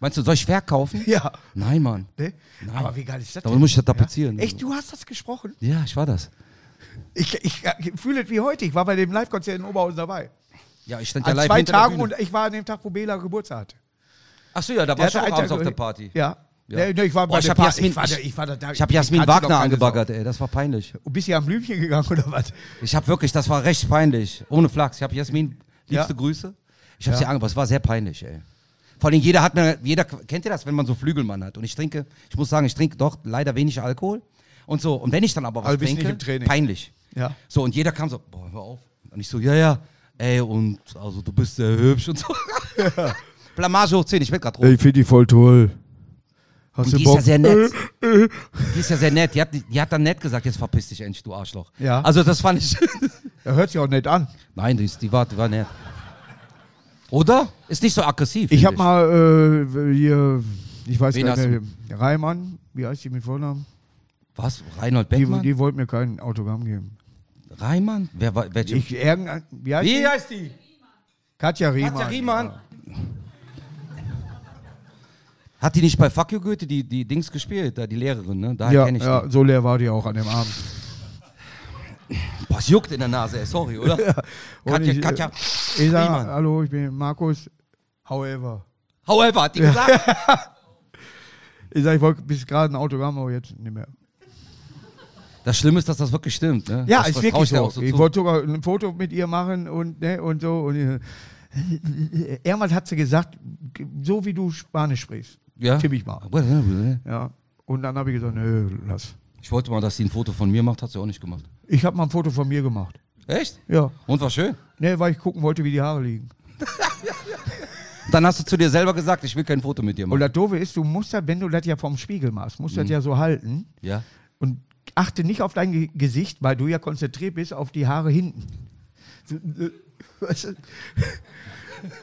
[SPEAKER 5] Meinst du, soll ich verkaufen?
[SPEAKER 4] Ja.
[SPEAKER 5] Nein, Mann.
[SPEAKER 4] Ne? Aber wie geil ist das
[SPEAKER 5] Da muss ich das tapezieren.
[SPEAKER 4] Echt, du hast das gesprochen?
[SPEAKER 5] Ja, ich war das.
[SPEAKER 4] Ich, ich, ich fühle es wie heute. Ich war bei dem Live-Konzert in Oberhausen dabei.
[SPEAKER 5] Ja, ich stand ja
[SPEAKER 4] An
[SPEAKER 5] live
[SPEAKER 4] zwei
[SPEAKER 5] hinter der
[SPEAKER 4] Tagen
[SPEAKER 5] Bühne.
[SPEAKER 4] und ich war an dem Tag, wo Bela Geburtstag hatte.
[SPEAKER 5] Ach so, ja, da warst du auch
[SPEAKER 4] hatte einen
[SPEAKER 5] abends
[SPEAKER 4] Tag-
[SPEAKER 5] auf der Party.
[SPEAKER 4] Ja.
[SPEAKER 5] Ja.
[SPEAKER 4] Nee, nee, ich war
[SPEAKER 5] Boah,
[SPEAKER 4] bei
[SPEAKER 5] ich
[SPEAKER 4] der
[SPEAKER 5] hab
[SPEAKER 4] Party.
[SPEAKER 5] Jasmin-
[SPEAKER 4] ich war, da,
[SPEAKER 5] ich-
[SPEAKER 4] ich war da, da
[SPEAKER 5] Ich habe Jasmin
[SPEAKER 4] kannte doch
[SPEAKER 5] Wagner
[SPEAKER 4] keine
[SPEAKER 5] angebaggert, ey, das war peinlich.
[SPEAKER 4] Sau. Bist du am Blümchen gegangen oder was?
[SPEAKER 5] Ich habe wirklich, das war recht peinlich. Ohne Flachs. Ich habe Jasmin, liebste
[SPEAKER 4] Ja.
[SPEAKER 5] Grüße. Ich habe
[SPEAKER 4] Ja.
[SPEAKER 5] sie angebaggert, es war sehr peinlich, ey. Vor allem jeder hat mir, jeder, kennt ihr das, wenn man so Flügelmann hat? Und ich trinke, ich muss sagen, ich trinke doch leider wenig Alkohol und so. Und wenn ich dann aber was
[SPEAKER 4] Also bist
[SPEAKER 5] trinke,
[SPEAKER 4] nicht im Training.
[SPEAKER 5] peinlich.
[SPEAKER 4] Ja.
[SPEAKER 5] So, und jeder kam so, boah, hör auf. Und ich so, ja, ja, ey, und also du bist sehr
[SPEAKER 4] *laughs*
[SPEAKER 5] hübsch und so. Blamage hoch 10, ich werd grad rot.
[SPEAKER 4] Ich finde die voll toll. Hast
[SPEAKER 5] Und die ist ja sehr nett.
[SPEAKER 4] Äh,
[SPEAKER 5] Die ist ja sehr nett. Die hat, die hat dann nett gesagt, jetzt verpiss dich endlich, du Arschloch.
[SPEAKER 4] Ja.
[SPEAKER 5] Also das fand ich.
[SPEAKER 4] Er hört sich auch nett an.
[SPEAKER 5] Nein, die, ist, die, war, die war nett. Oder? Ist nicht so aggressiv.
[SPEAKER 4] Ich
[SPEAKER 5] find
[SPEAKER 4] habe mal äh, hier, ich weiß
[SPEAKER 5] Wen
[SPEAKER 4] gar
[SPEAKER 5] hast
[SPEAKER 4] nicht, mehr, Reimann, wie heißt die mit Vornamen?
[SPEAKER 5] Was? Reinhold
[SPEAKER 4] Die,
[SPEAKER 5] Beckmann?
[SPEAKER 4] die wollte mir kein Autogramm geben.
[SPEAKER 5] Reimann? Wer war, welche?
[SPEAKER 4] Ich, irgendein, wie heißt
[SPEAKER 5] Wie
[SPEAKER 4] die?
[SPEAKER 5] heißt die?
[SPEAKER 4] Katja Riemann.
[SPEAKER 5] Katja Riemann. Hat die nicht bei Fuck You Goethe die, die Dings gespielt, da die Lehrerin, ne? Daher
[SPEAKER 4] Ja,
[SPEAKER 5] kenn ich
[SPEAKER 4] ja
[SPEAKER 5] die.
[SPEAKER 4] so leer war die auch an dem Abend.
[SPEAKER 5] Boah, es juckt in der Nase, ey,
[SPEAKER 4] *laughs*
[SPEAKER 5] sorry, oder?
[SPEAKER 4] Und
[SPEAKER 5] Katja,
[SPEAKER 4] ich, äh,
[SPEAKER 5] Katja.
[SPEAKER 4] Ich sag,
[SPEAKER 5] Riemann.
[SPEAKER 4] hallo, ich bin Markus. However.
[SPEAKER 5] However, hat die gesagt.
[SPEAKER 4] Ich sag, ich wollte bis gerade ein Autogramm, aber jetzt nicht mehr.
[SPEAKER 5] Das Schlimme ist, dass das wirklich stimmt, ne?
[SPEAKER 4] Ja,
[SPEAKER 5] das,
[SPEAKER 4] ist
[SPEAKER 5] das trau
[SPEAKER 4] wirklich
[SPEAKER 5] ich dir
[SPEAKER 4] so.
[SPEAKER 5] auch so
[SPEAKER 4] ich
[SPEAKER 5] zu.
[SPEAKER 4] wollte sogar ein Foto mit ihr machen und, ne, und so. Und, äh, irgendwann hat sie gesagt, so wie du Spanisch sprichst,
[SPEAKER 5] ja?
[SPEAKER 4] tipp ich mal. Ja. Und dann habe ich gesagt, nö, lass.
[SPEAKER 5] Ich wollte mal, dass sie ein Foto von mir macht, hat sie auch nicht gemacht.
[SPEAKER 4] Ich habe mal ein Foto von mir gemacht.
[SPEAKER 5] Echt?
[SPEAKER 4] Ja.
[SPEAKER 5] Und war schön.
[SPEAKER 4] Ne, weil ich gucken wollte, wie die Haare liegen.
[SPEAKER 5] Dann hast du zu dir selber gesagt, ich will kein Foto mit dir
[SPEAKER 4] Und
[SPEAKER 5] machen.
[SPEAKER 4] das Doofe ist, du musst das, wenn du das ja vom Spiegel machst, musst du
[SPEAKER 5] Mhm.
[SPEAKER 4] das ja so halten.
[SPEAKER 5] ja.
[SPEAKER 4] und achte nicht auf dein Ge- Gesicht, weil du ja konzentriert bist auf die Haare
[SPEAKER 5] *laughs*
[SPEAKER 4] hinten. So, äh, weißt du?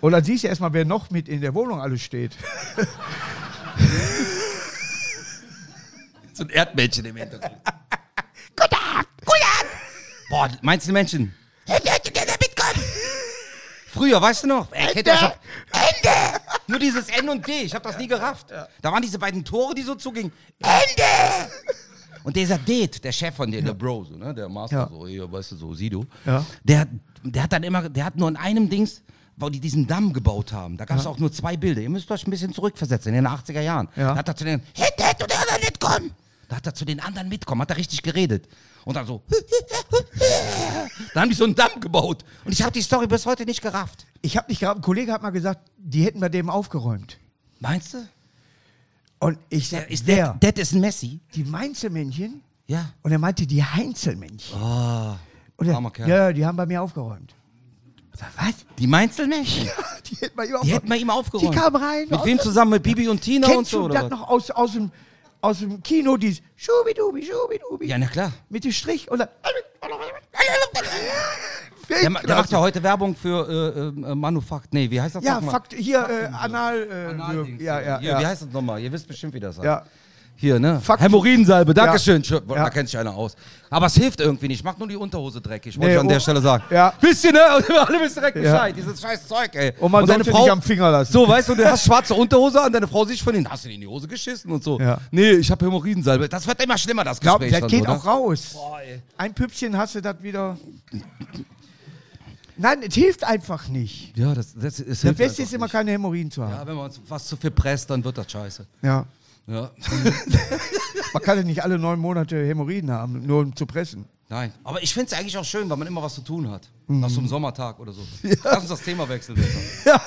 [SPEAKER 4] Und dann siehst du erstmal, wer noch mit in der Wohnung alles steht.
[SPEAKER 5] So ein Erdmännchen im Hintergrund. *laughs* Guten Abend. Guten Abend. Boah, meinst du Menschen? Früher, weißt du noch? Ey, kennt ihr schon? Ende! Nur dieses N und D, ich hab das nie gerafft. Da waren diese beiden Tore, die so zugingen. Ende! Und dieser Det, der Chef von dir, der Bro, so, ne? der Master,
[SPEAKER 4] Ja.
[SPEAKER 5] so, hier, weißt du, so Sido,
[SPEAKER 4] Ja.
[SPEAKER 5] der, der hat dann immer, der hat nur in einem Dings, wo die diesen Damm gebaut haben, da gab es auch nur zwei Bilder. Ihr müsst euch ein bisschen zurückversetzen, in den 80er Jahren.
[SPEAKER 4] Ja.
[SPEAKER 5] Da hat er zu den, hätt, hätt, oder anderen mitkommen. Da hat er zu den anderen mitkommen, hat er richtig geredet. Und dann so, *laughs* da haben die so einen Damm gebaut. Und ich habe die Story bis heute nicht gerafft.
[SPEAKER 4] Ich habe nicht gerade, ein Kollege hat mal gesagt, die hätten bei dem aufgeräumt.
[SPEAKER 5] Meinst du?
[SPEAKER 4] Und ich sag,
[SPEAKER 5] Ist der,
[SPEAKER 4] wer?
[SPEAKER 5] der ist ein Messi?
[SPEAKER 4] Die Mainzelmännchen?
[SPEAKER 5] Ja.
[SPEAKER 4] Und er meinte, die Heinzelmännchen.
[SPEAKER 5] Ah,
[SPEAKER 4] Und er,
[SPEAKER 5] armer Kerl.
[SPEAKER 4] Ja, ja, die haben bei mir aufgeräumt. *laughs* Ich Sag, was?
[SPEAKER 5] Die Meinzelmännchen?
[SPEAKER 4] Die hätten bei ihm
[SPEAKER 5] Die hätten wir ihm aufgeräumt.
[SPEAKER 4] Die kamen rein.
[SPEAKER 5] Mit
[SPEAKER 4] und-
[SPEAKER 5] wem zusammen? Mit Bibi und Tina
[SPEAKER 4] Kennst
[SPEAKER 5] und so,
[SPEAKER 4] du
[SPEAKER 5] oder
[SPEAKER 4] das
[SPEAKER 5] was?
[SPEAKER 4] noch aus, aus, dem, aus dem Kino, dieses Schubidubi, Schubidubi?
[SPEAKER 5] Ja, na klar.
[SPEAKER 4] mit dem Strich und dann.
[SPEAKER 5] Der, ma- der macht ja heute Werbung für äh, äh, äh, Manufakt. Nee, wie heißt das
[SPEAKER 4] ja,
[SPEAKER 5] nochmal?
[SPEAKER 4] Fakt, hier äh, Anal. Äh,
[SPEAKER 5] Analdings.
[SPEAKER 4] ja, ja,
[SPEAKER 5] Hier,
[SPEAKER 4] ja.
[SPEAKER 5] Wie heißt das nochmal? Ihr wisst bestimmt, wie das heißt.
[SPEAKER 4] ja.
[SPEAKER 5] Hier, ne?
[SPEAKER 4] Fakt-
[SPEAKER 5] Hämorrhoidensalbe, Dankeschön. Schö-
[SPEAKER 4] Ja.
[SPEAKER 5] Da kennt sich einer aus. Aber es hilft irgendwie nicht. Macht nur die Unterhose dreckig, wollte
[SPEAKER 4] Nee,
[SPEAKER 5] ich an
[SPEAKER 4] oh.
[SPEAKER 5] der Stelle sagen.
[SPEAKER 4] Ja.
[SPEAKER 5] Wisst ihr, ne? *laughs* Alle wisst direkt Bescheid. Dieses scheiß Zeug, ey.
[SPEAKER 4] Und man sollte nicht am Finger lassen.
[SPEAKER 5] So, weißt du, du hast schwarze Unterhose an, deine Frau sieht von denen, hast du dir in die Hose geschissen und so.
[SPEAKER 4] Ja.
[SPEAKER 5] Nee, ich habe Hämorrhoidensalbe. Das wird immer schlimmer, das
[SPEAKER 4] Glaub,
[SPEAKER 5] Gespräch.
[SPEAKER 4] das
[SPEAKER 5] dann, ne?
[SPEAKER 4] geht
[SPEAKER 5] oder?
[SPEAKER 4] auch raus.
[SPEAKER 5] Boah, ey.
[SPEAKER 4] Ein Püppchen hast du das wieder. Nein, es hilft einfach nicht.
[SPEAKER 5] Ja, das, das, das,
[SPEAKER 4] Das
[SPEAKER 5] hilft
[SPEAKER 4] Beste ist
[SPEAKER 5] einfach
[SPEAKER 4] immer
[SPEAKER 5] nicht.
[SPEAKER 4] keine Hämorrhoiden zu
[SPEAKER 5] Ja,
[SPEAKER 4] haben.
[SPEAKER 5] wenn man uns was zu viel presst, dann wird das scheiße.
[SPEAKER 4] Ja.
[SPEAKER 5] Ja.
[SPEAKER 4] Man kann ja nicht alle neun Monate Hämorrhoiden haben, nur um zu
[SPEAKER 5] *laughs*
[SPEAKER 4] pressen.
[SPEAKER 5] Nein. Aber ich finde es eigentlich auch schön, weil man immer was zu tun hat.
[SPEAKER 4] Mhm.
[SPEAKER 5] Nach so einem Sommertag
[SPEAKER 4] *laughs*
[SPEAKER 5] oder so. Lass uns das Thema wechseln. bitte.
[SPEAKER 4] Ja.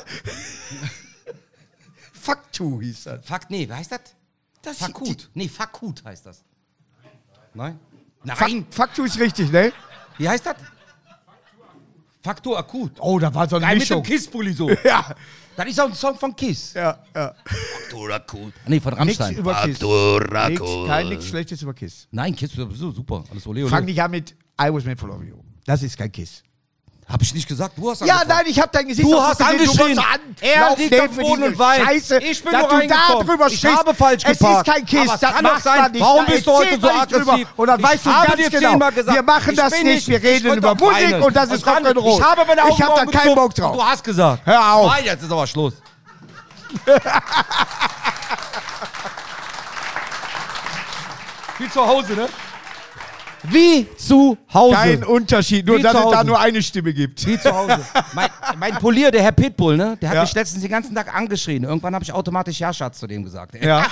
[SPEAKER 4] Fuck you hieß das.
[SPEAKER 5] Fakt, nee, wie heißt das?
[SPEAKER 4] das
[SPEAKER 5] Fakut. Nee, Fakut heißt das. Nein?
[SPEAKER 4] Fuck,
[SPEAKER 5] Nein!
[SPEAKER 4] fuck you ist richtig, ne?
[SPEAKER 5] Wie heißt das? Faktor akut.
[SPEAKER 4] Oh, da war so eine
[SPEAKER 5] Geil mit dem
[SPEAKER 4] Mischung. *laughs*
[SPEAKER 5] Kiss-Pulli so.
[SPEAKER 4] Ja,
[SPEAKER 5] Das ist auch ein Song von Kiss.
[SPEAKER 4] ja, ja.
[SPEAKER 5] Nee, von
[SPEAKER 4] Nichts
[SPEAKER 5] Rammstein.
[SPEAKER 4] über Kiss. Nix, kein nichts Schlechtes über Kiss.
[SPEAKER 5] Nein, Kiss ist sowieso super. Alles ole, ole.
[SPEAKER 4] Fang nicht an mit I was made for love you. Das ist kein Kiss.
[SPEAKER 5] Hab ich nicht gesagt, du hast
[SPEAKER 4] Ja,
[SPEAKER 5] angefangen.
[SPEAKER 4] nein, ich hab dein Gesicht
[SPEAKER 5] Du
[SPEAKER 4] auch
[SPEAKER 5] hast
[SPEAKER 4] gesehen,
[SPEAKER 5] angeschrien.
[SPEAKER 4] Du
[SPEAKER 5] Er
[SPEAKER 4] er
[SPEAKER 5] liegt am Boden und weint.
[SPEAKER 4] Scheiße,
[SPEAKER 5] Ich bin
[SPEAKER 4] dass
[SPEAKER 5] nur
[SPEAKER 4] du da
[SPEAKER 5] reingekommen.
[SPEAKER 4] drüber
[SPEAKER 5] Ich
[SPEAKER 4] stehst.
[SPEAKER 5] habe falsch geparkt.
[SPEAKER 4] Es ist kein Kiss,
[SPEAKER 5] Aber es
[SPEAKER 4] das
[SPEAKER 5] kann doch
[SPEAKER 4] macht
[SPEAKER 5] sein.
[SPEAKER 4] man nicht.
[SPEAKER 5] Warum
[SPEAKER 4] Da
[SPEAKER 5] bist du heute
[SPEAKER 4] erzählt
[SPEAKER 5] so
[SPEAKER 4] man nicht drüber.
[SPEAKER 5] aggressiv?
[SPEAKER 4] Und dann
[SPEAKER 5] Ich
[SPEAKER 4] weißt du
[SPEAKER 5] habe
[SPEAKER 4] ganz
[SPEAKER 5] dir
[SPEAKER 4] genau,
[SPEAKER 5] zehnmal gesagt,
[SPEAKER 4] wir machen
[SPEAKER 5] ich
[SPEAKER 4] das
[SPEAKER 5] bin
[SPEAKER 4] nicht, wir
[SPEAKER 5] ich
[SPEAKER 4] reden
[SPEAKER 5] könnte
[SPEAKER 4] über
[SPEAKER 5] auch
[SPEAKER 4] Musik
[SPEAKER 5] weinen.
[SPEAKER 4] und das ist
[SPEAKER 5] dann-
[SPEAKER 4] Rock'n'Roll.
[SPEAKER 5] Ich habe meine Augen
[SPEAKER 4] Ich hab da keinen
[SPEAKER 5] aufgezogen.
[SPEAKER 4] Bock drauf.
[SPEAKER 5] Du hast gesagt.
[SPEAKER 4] Hör auf.
[SPEAKER 5] Nein, jetzt ist aber Schluss. *laughs* Wie zu Hause, ne? Wie zu Hause.
[SPEAKER 4] Kein Unterschied, nur
[SPEAKER 5] Wie
[SPEAKER 4] dass
[SPEAKER 5] zu
[SPEAKER 4] es da
[SPEAKER 5] Hause.
[SPEAKER 4] nur eine Stimme gibt.
[SPEAKER 5] Wie zu Hause. mein, mein Polier, der Herr Pitbull, ne? Der hat
[SPEAKER 4] Ja.
[SPEAKER 5] mich letztens den ganzen Tag angeschrien. Irgendwann habe ich automatisch Ja, Schatz, zu dem gesagt. Ey.
[SPEAKER 4] Ja.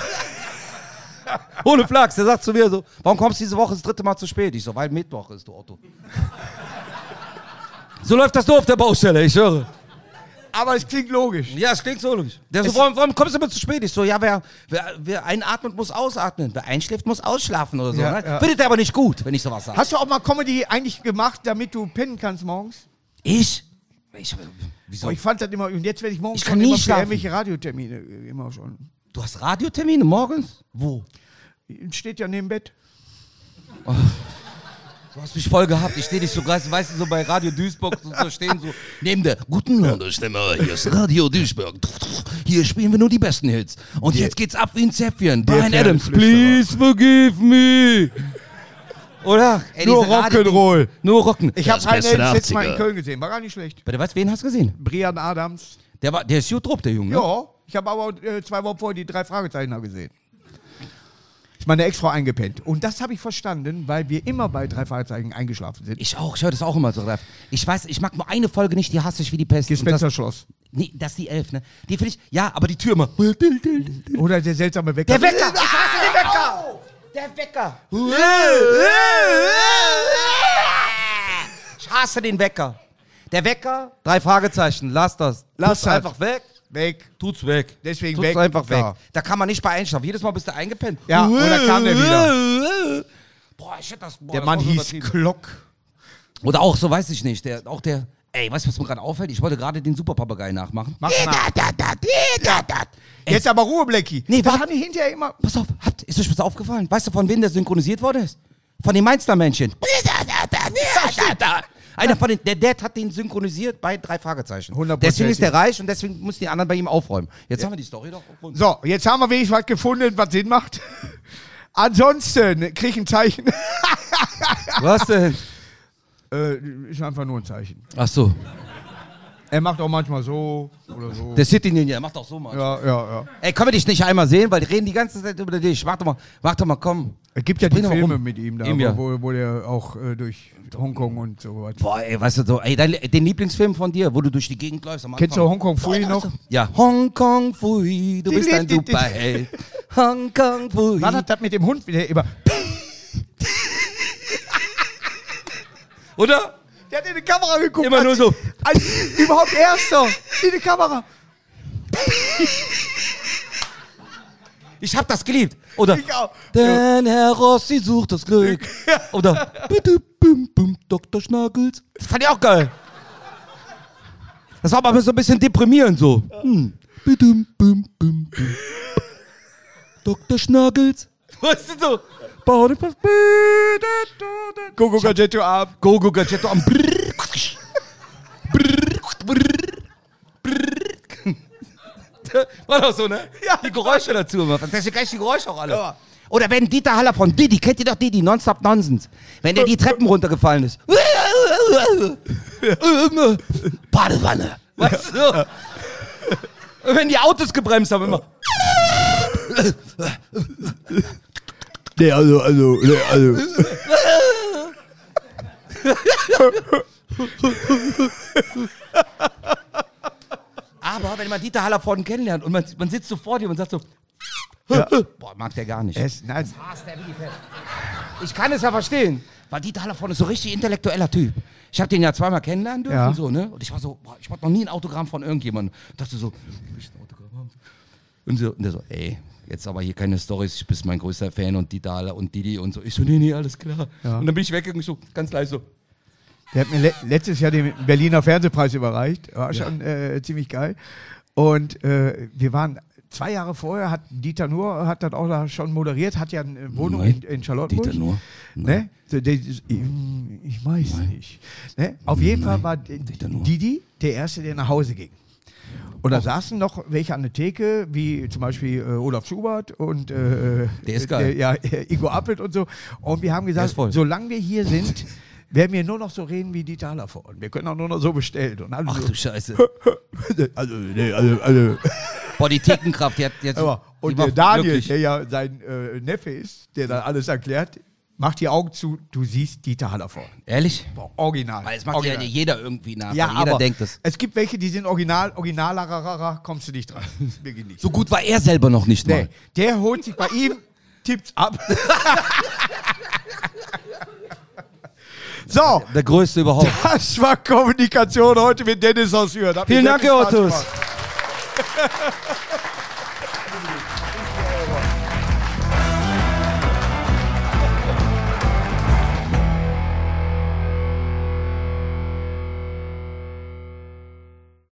[SPEAKER 5] Ohne Flachs. Der sagt zu mir so, warum kommst du diese Woche das dritte Mal zu spät? Ich so, weil Mittwoch ist, du Otto. so läuft das nur auf der Baustelle, ich höre.
[SPEAKER 4] Aber es klingt logisch.
[SPEAKER 5] Ja, es klingt so logisch. Der so, warum, warum kommst du immer zu spät? Ich so, ja, wer, wer, wer einatmet, muss ausatmen. Wer einschläft, muss ausschlafen oder so.
[SPEAKER 4] Ja,
[SPEAKER 5] ne?
[SPEAKER 4] ja.
[SPEAKER 5] Findet er aber nicht gut, wenn ich sowas sage.
[SPEAKER 4] Hast du auch mal Comedy eigentlich gemacht, damit du pennen kannst morgens?
[SPEAKER 5] Ich? ich wieso?
[SPEAKER 4] Boah, ich fand das immer, und jetzt werde ich morgens
[SPEAKER 5] Ich kann
[SPEAKER 4] schon
[SPEAKER 5] nie
[SPEAKER 4] immer für
[SPEAKER 5] schlafen.
[SPEAKER 4] irgendwelche Radiotermine äh, immer schon.
[SPEAKER 5] Du hast Radiotermine morgens? Wo?
[SPEAKER 4] Steht ja neben Bett.
[SPEAKER 5] Du hast mich voll gehabt. Ich stehe dich so, weißt weißt du, so bei Radio Duisburg so, so stehen, so neben der guten Radiostimme. Hier ist Radio Duisburg. Hier spielen wir nur die besten Hits. Und jetzt geht's ab wie ein Zäpfchen. Brian Adams, please forgive me. Oder? Ey,
[SPEAKER 4] Nur
[SPEAKER 5] diese Radio-
[SPEAKER 4] Rock'n'Roll.
[SPEAKER 5] Nur Rocken.
[SPEAKER 4] Ich habe Rainer
[SPEAKER 2] beste
[SPEAKER 4] jetzt mal
[SPEAKER 2] 80er.
[SPEAKER 4] in Köln gesehen, war gar nicht schlecht.
[SPEAKER 5] Warte, was? Wen hast du gesehen?
[SPEAKER 4] Brian Adams.
[SPEAKER 5] Der, war, der ist gut drauf, der Junge. ne?
[SPEAKER 4] Ja, ich habe aber äh, zwei Wochen vorher die drei Fragezeichen da gesehen. Ist meine Ex-Frau eingepennt. Und das habe ich verstanden, weil wir immer bei drei Fragezeichen eingeschlafen sind.
[SPEAKER 5] Ich auch, ich höre das auch immer so drauf. Ich weiß, ich mag nur eine Folge nicht, die hasse ich wie die Pest. Und das,
[SPEAKER 4] Gespensterschloss.
[SPEAKER 5] nee, das ist die Elf, ne? Die finde ich, ja, aber die Tür immer.
[SPEAKER 4] Oder der seltsame Wecker.
[SPEAKER 5] Der Wecker! Ich hasse den Wecker! Der Wecker! Ich hasse den Wecker. Der Wecker, drei Fragezeichen, lass das.
[SPEAKER 4] Lass
[SPEAKER 5] Tut's
[SPEAKER 4] das.
[SPEAKER 5] einfach weg.
[SPEAKER 4] Weg.
[SPEAKER 5] Tut's weg.
[SPEAKER 4] Deswegen
[SPEAKER 5] Tut's
[SPEAKER 4] weg.
[SPEAKER 5] einfach weg.
[SPEAKER 4] Ja.
[SPEAKER 5] Da kann man nicht bei einschlafen. Jedes Mal bist du eingepennt.
[SPEAKER 4] Ja, und dann kam der
[SPEAKER 5] wieder. Boah, ich hätte das. Boah,
[SPEAKER 4] Der
[SPEAKER 5] das
[SPEAKER 4] Mann
[SPEAKER 5] war so
[SPEAKER 4] hieß
[SPEAKER 5] übertrieben.
[SPEAKER 4] Glock.
[SPEAKER 5] Oder auch so, weiß ich nicht. Der, auch der. Ey, weißt du, was mir gerade auffällt? Ich wollte gerade den Superpapagei nachmachen.
[SPEAKER 4] Mach mal.
[SPEAKER 5] Ey,
[SPEAKER 4] Jetzt aber Ruhe, Blackie.
[SPEAKER 5] Nee,
[SPEAKER 4] da
[SPEAKER 5] warte.
[SPEAKER 4] haben die hinterher immer.
[SPEAKER 5] Pass auf, hat, ist euch was aufgefallen? Weißt du, von wem der synchronisiert worden ist? Von den
[SPEAKER 4] *laughs*
[SPEAKER 5] Mainzner-Männchen. Einer von den, der Dad hat den synchronisiert bei drei Fragezeichen.
[SPEAKER 4] 100%.
[SPEAKER 5] Deswegen ist der reich und deswegen müssen die anderen bei ihm aufräumen. Jetzt haben wir die Story doch gefunden.
[SPEAKER 4] So, jetzt haben wir wenigstens was gefunden, was Sinn macht. *laughs* Ansonsten krieg ich ein Zeichen. *laughs*
[SPEAKER 5] Was denn?
[SPEAKER 4] äh, ist einfach nur ein Zeichen.
[SPEAKER 5] Ach so,
[SPEAKER 4] Er macht auch manchmal so oder so.
[SPEAKER 5] der sieht ihn ja, der macht doch so mal.
[SPEAKER 4] Ja, ja, ja.
[SPEAKER 5] Ey, können wir dich nicht einmal sehen, weil die reden die ganze Zeit über dich. Warte mal, warte mal, komm.
[SPEAKER 4] Es gibt ja die
[SPEAKER 5] Bring doch mal
[SPEAKER 4] Filme
[SPEAKER 5] rum.
[SPEAKER 4] mit ihm da,
[SPEAKER 5] Ihm ja.
[SPEAKER 4] wo, wo der auch äh, durch Hongkong und so was.
[SPEAKER 5] Boah, ey, weißt du so, ey, dein, den Lieblingsfilm von dir, wo du durch die Gegend läufst am Anfang.
[SPEAKER 4] Kennst du Hongkong Fui noch?
[SPEAKER 5] Ja, Hongkong Fui, du bist ein Superheld. Hongkong Fui.
[SPEAKER 4] War das das mit dem Hund, der immer. *laughs*
[SPEAKER 5] Oder?
[SPEAKER 4] Der hat in die Kamera geguckt.
[SPEAKER 5] Immer
[SPEAKER 4] als-
[SPEAKER 5] nur so.
[SPEAKER 4] Als, *laughs* überhaupt erster. In die Kamera.
[SPEAKER 5] Ich hab das geliebt. Oder?
[SPEAKER 4] Ich auch.
[SPEAKER 5] Denn Herr Rossi sucht das *laughs* Glück. Oder? Bitte, bum, bum, Dr. Schnagels. Das fand ich auch geil. Das war aber so ein bisschen deprimierend so. Hm. Bitte, bum, bum, bum. Dr. Schnagels. Weißt du so? Bau den Pass.
[SPEAKER 4] Gogo Gadgetto ab.
[SPEAKER 5] Gogo Gadgetto am Brrr. Brrr. Brrr. Brrr. War doch so, ne? Ja. Die Geräusche dazu immer. Deswegen kann ich die Geräusche auch alle.
[SPEAKER 4] Ja.
[SPEAKER 5] Oder wenn Dieter Haller von Didi, kennt ihr doch Didi, Nonstop Nonsense. Wenn der die Treppen runtergefallen ist.
[SPEAKER 2] Badewanne.
[SPEAKER 5] Weißt du? Und wenn die Autos gebremst haben, immer.
[SPEAKER 4] Nee, also, also, nee, also.
[SPEAKER 5] Aber wenn man Dieter Haller von kennenlernt und man, man sitzt so vor dir und sagt so. Boah, mag der gar nicht.
[SPEAKER 4] Er ist nice.
[SPEAKER 5] Hasst der Wielefeld. Ich kann es ja verstehen. Weil Dieter Hallervorden ist so ein richtig intellektueller Typ. Ich habe den ja zweimal kennenlernen dürfen.
[SPEAKER 4] Ja.
[SPEAKER 5] So, ne? Und ich war so, boah, ich wollte noch nie ein Autogramm von irgendjemandem. Ich dachte so, ich will ein Autogramm haben. Und, so, und der so, ey, jetzt aber hier keine Stories, ich bin mein größter Fan und Dieter Haller und Didi und so. Ich so, nee, nee, alles klar. Und dann bin ich weggegangen, ich so, ganz leise so.
[SPEAKER 4] Der hat mir le letztes Jahr den Berliner Fernsehpreis überreicht. War schon äh, ziemlich geil. Und äh, wir waren zwei Jahre vorher, hat Dieter Nuhr hat das auch da schon moderiert, hat ja eine Wohnung
[SPEAKER 5] Nein.
[SPEAKER 4] in, in Charlottenburg.
[SPEAKER 5] Dieter Nuhr?
[SPEAKER 4] Ne? So, der- Ich ich weiß nicht. Ne? Auf jeden Fall war D-
[SPEAKER 5] Dieter Nuhr. Oh.
[SPEAKER 4] Didi der Erste, der nach Hause ging. Und da saßen noch welche an der Theke, wie zum Beispiel äh, Olaf Schubert und äh,
[SPEAKER 5] Der ist geil.
[SPEAKER 4] äh, ja, Igor Appelt und so. Und wir haben
[SPEAKER 5] Der
[SPEAKER 4] gesagt,
[SPEAKER 5] ist voll.
[SPEAKER 4] solange wir hier sind, werden wir nur noch so reden wie Dieter Hallervorden. Wir können auch nur noch so bestellen. Und alle
[SPEAKER 5] Ach
[SPEAKER 4] so,
[SPEAKER 5] du Scheiße.
[SPEAKER 4] *laughs* also, nee, also, also.
[SPEAKER 5] *laughs* Boah, die Thekenkraft, die hat jetzt.
[SPEAKER 4] Aber,
[SPEAKER 5] die
[SPEAKER 4] und
[SPEAKER 5] war
[SPEAKER 4] der Daniel,
[SPEAKER 5] wirklich-
[SPEAKER 4] der ja sein äh, Neffe ist, der dann alles erklärt, macht die Augen zu, du siehst Dieter Hallervorden.
[SPEAKER 5] Ehrlich?
[SPEAKER 4] Boah, original.
[SPEAKER 5] Weil es macht ja
[SPEAKER 4] original.
[SPEAKER 5] jeder irgendwie nach.
[SPEAKER 4] Ja,
[SPEAKER 5] jeder
[SPEAKER 4] aber
[SPEAKER 5] denkt es.
[SPEAKER 4] es gibt welche, die sind original, originaler, kommst du nicht dran. Wirklich nicht.
[SPEAKER 5] So gut war er selber noch nicht
[SPEAKER 4] Nee,
[SPEAKER 5] mal.
[SPEAKER 4] der holt sich bei ihm, tippt's ab. *laughs* so,
[SPEAKER 5] Der größte überhaupt.
[SPEAKER 4] das war Kommunikation heute mit Dennis aus Hürth. Hat mir
[SPEAKER 5] Vielen
[SPEAKER 4] sehr
[SPEAKER 5] Dank,
[SPEAKER 4] viel
[SPEAKER 5] Herr
[SPEAKER 4] Spaß
[SPEAKER 5] Ottos.
[SPEAKER 4] gemacht.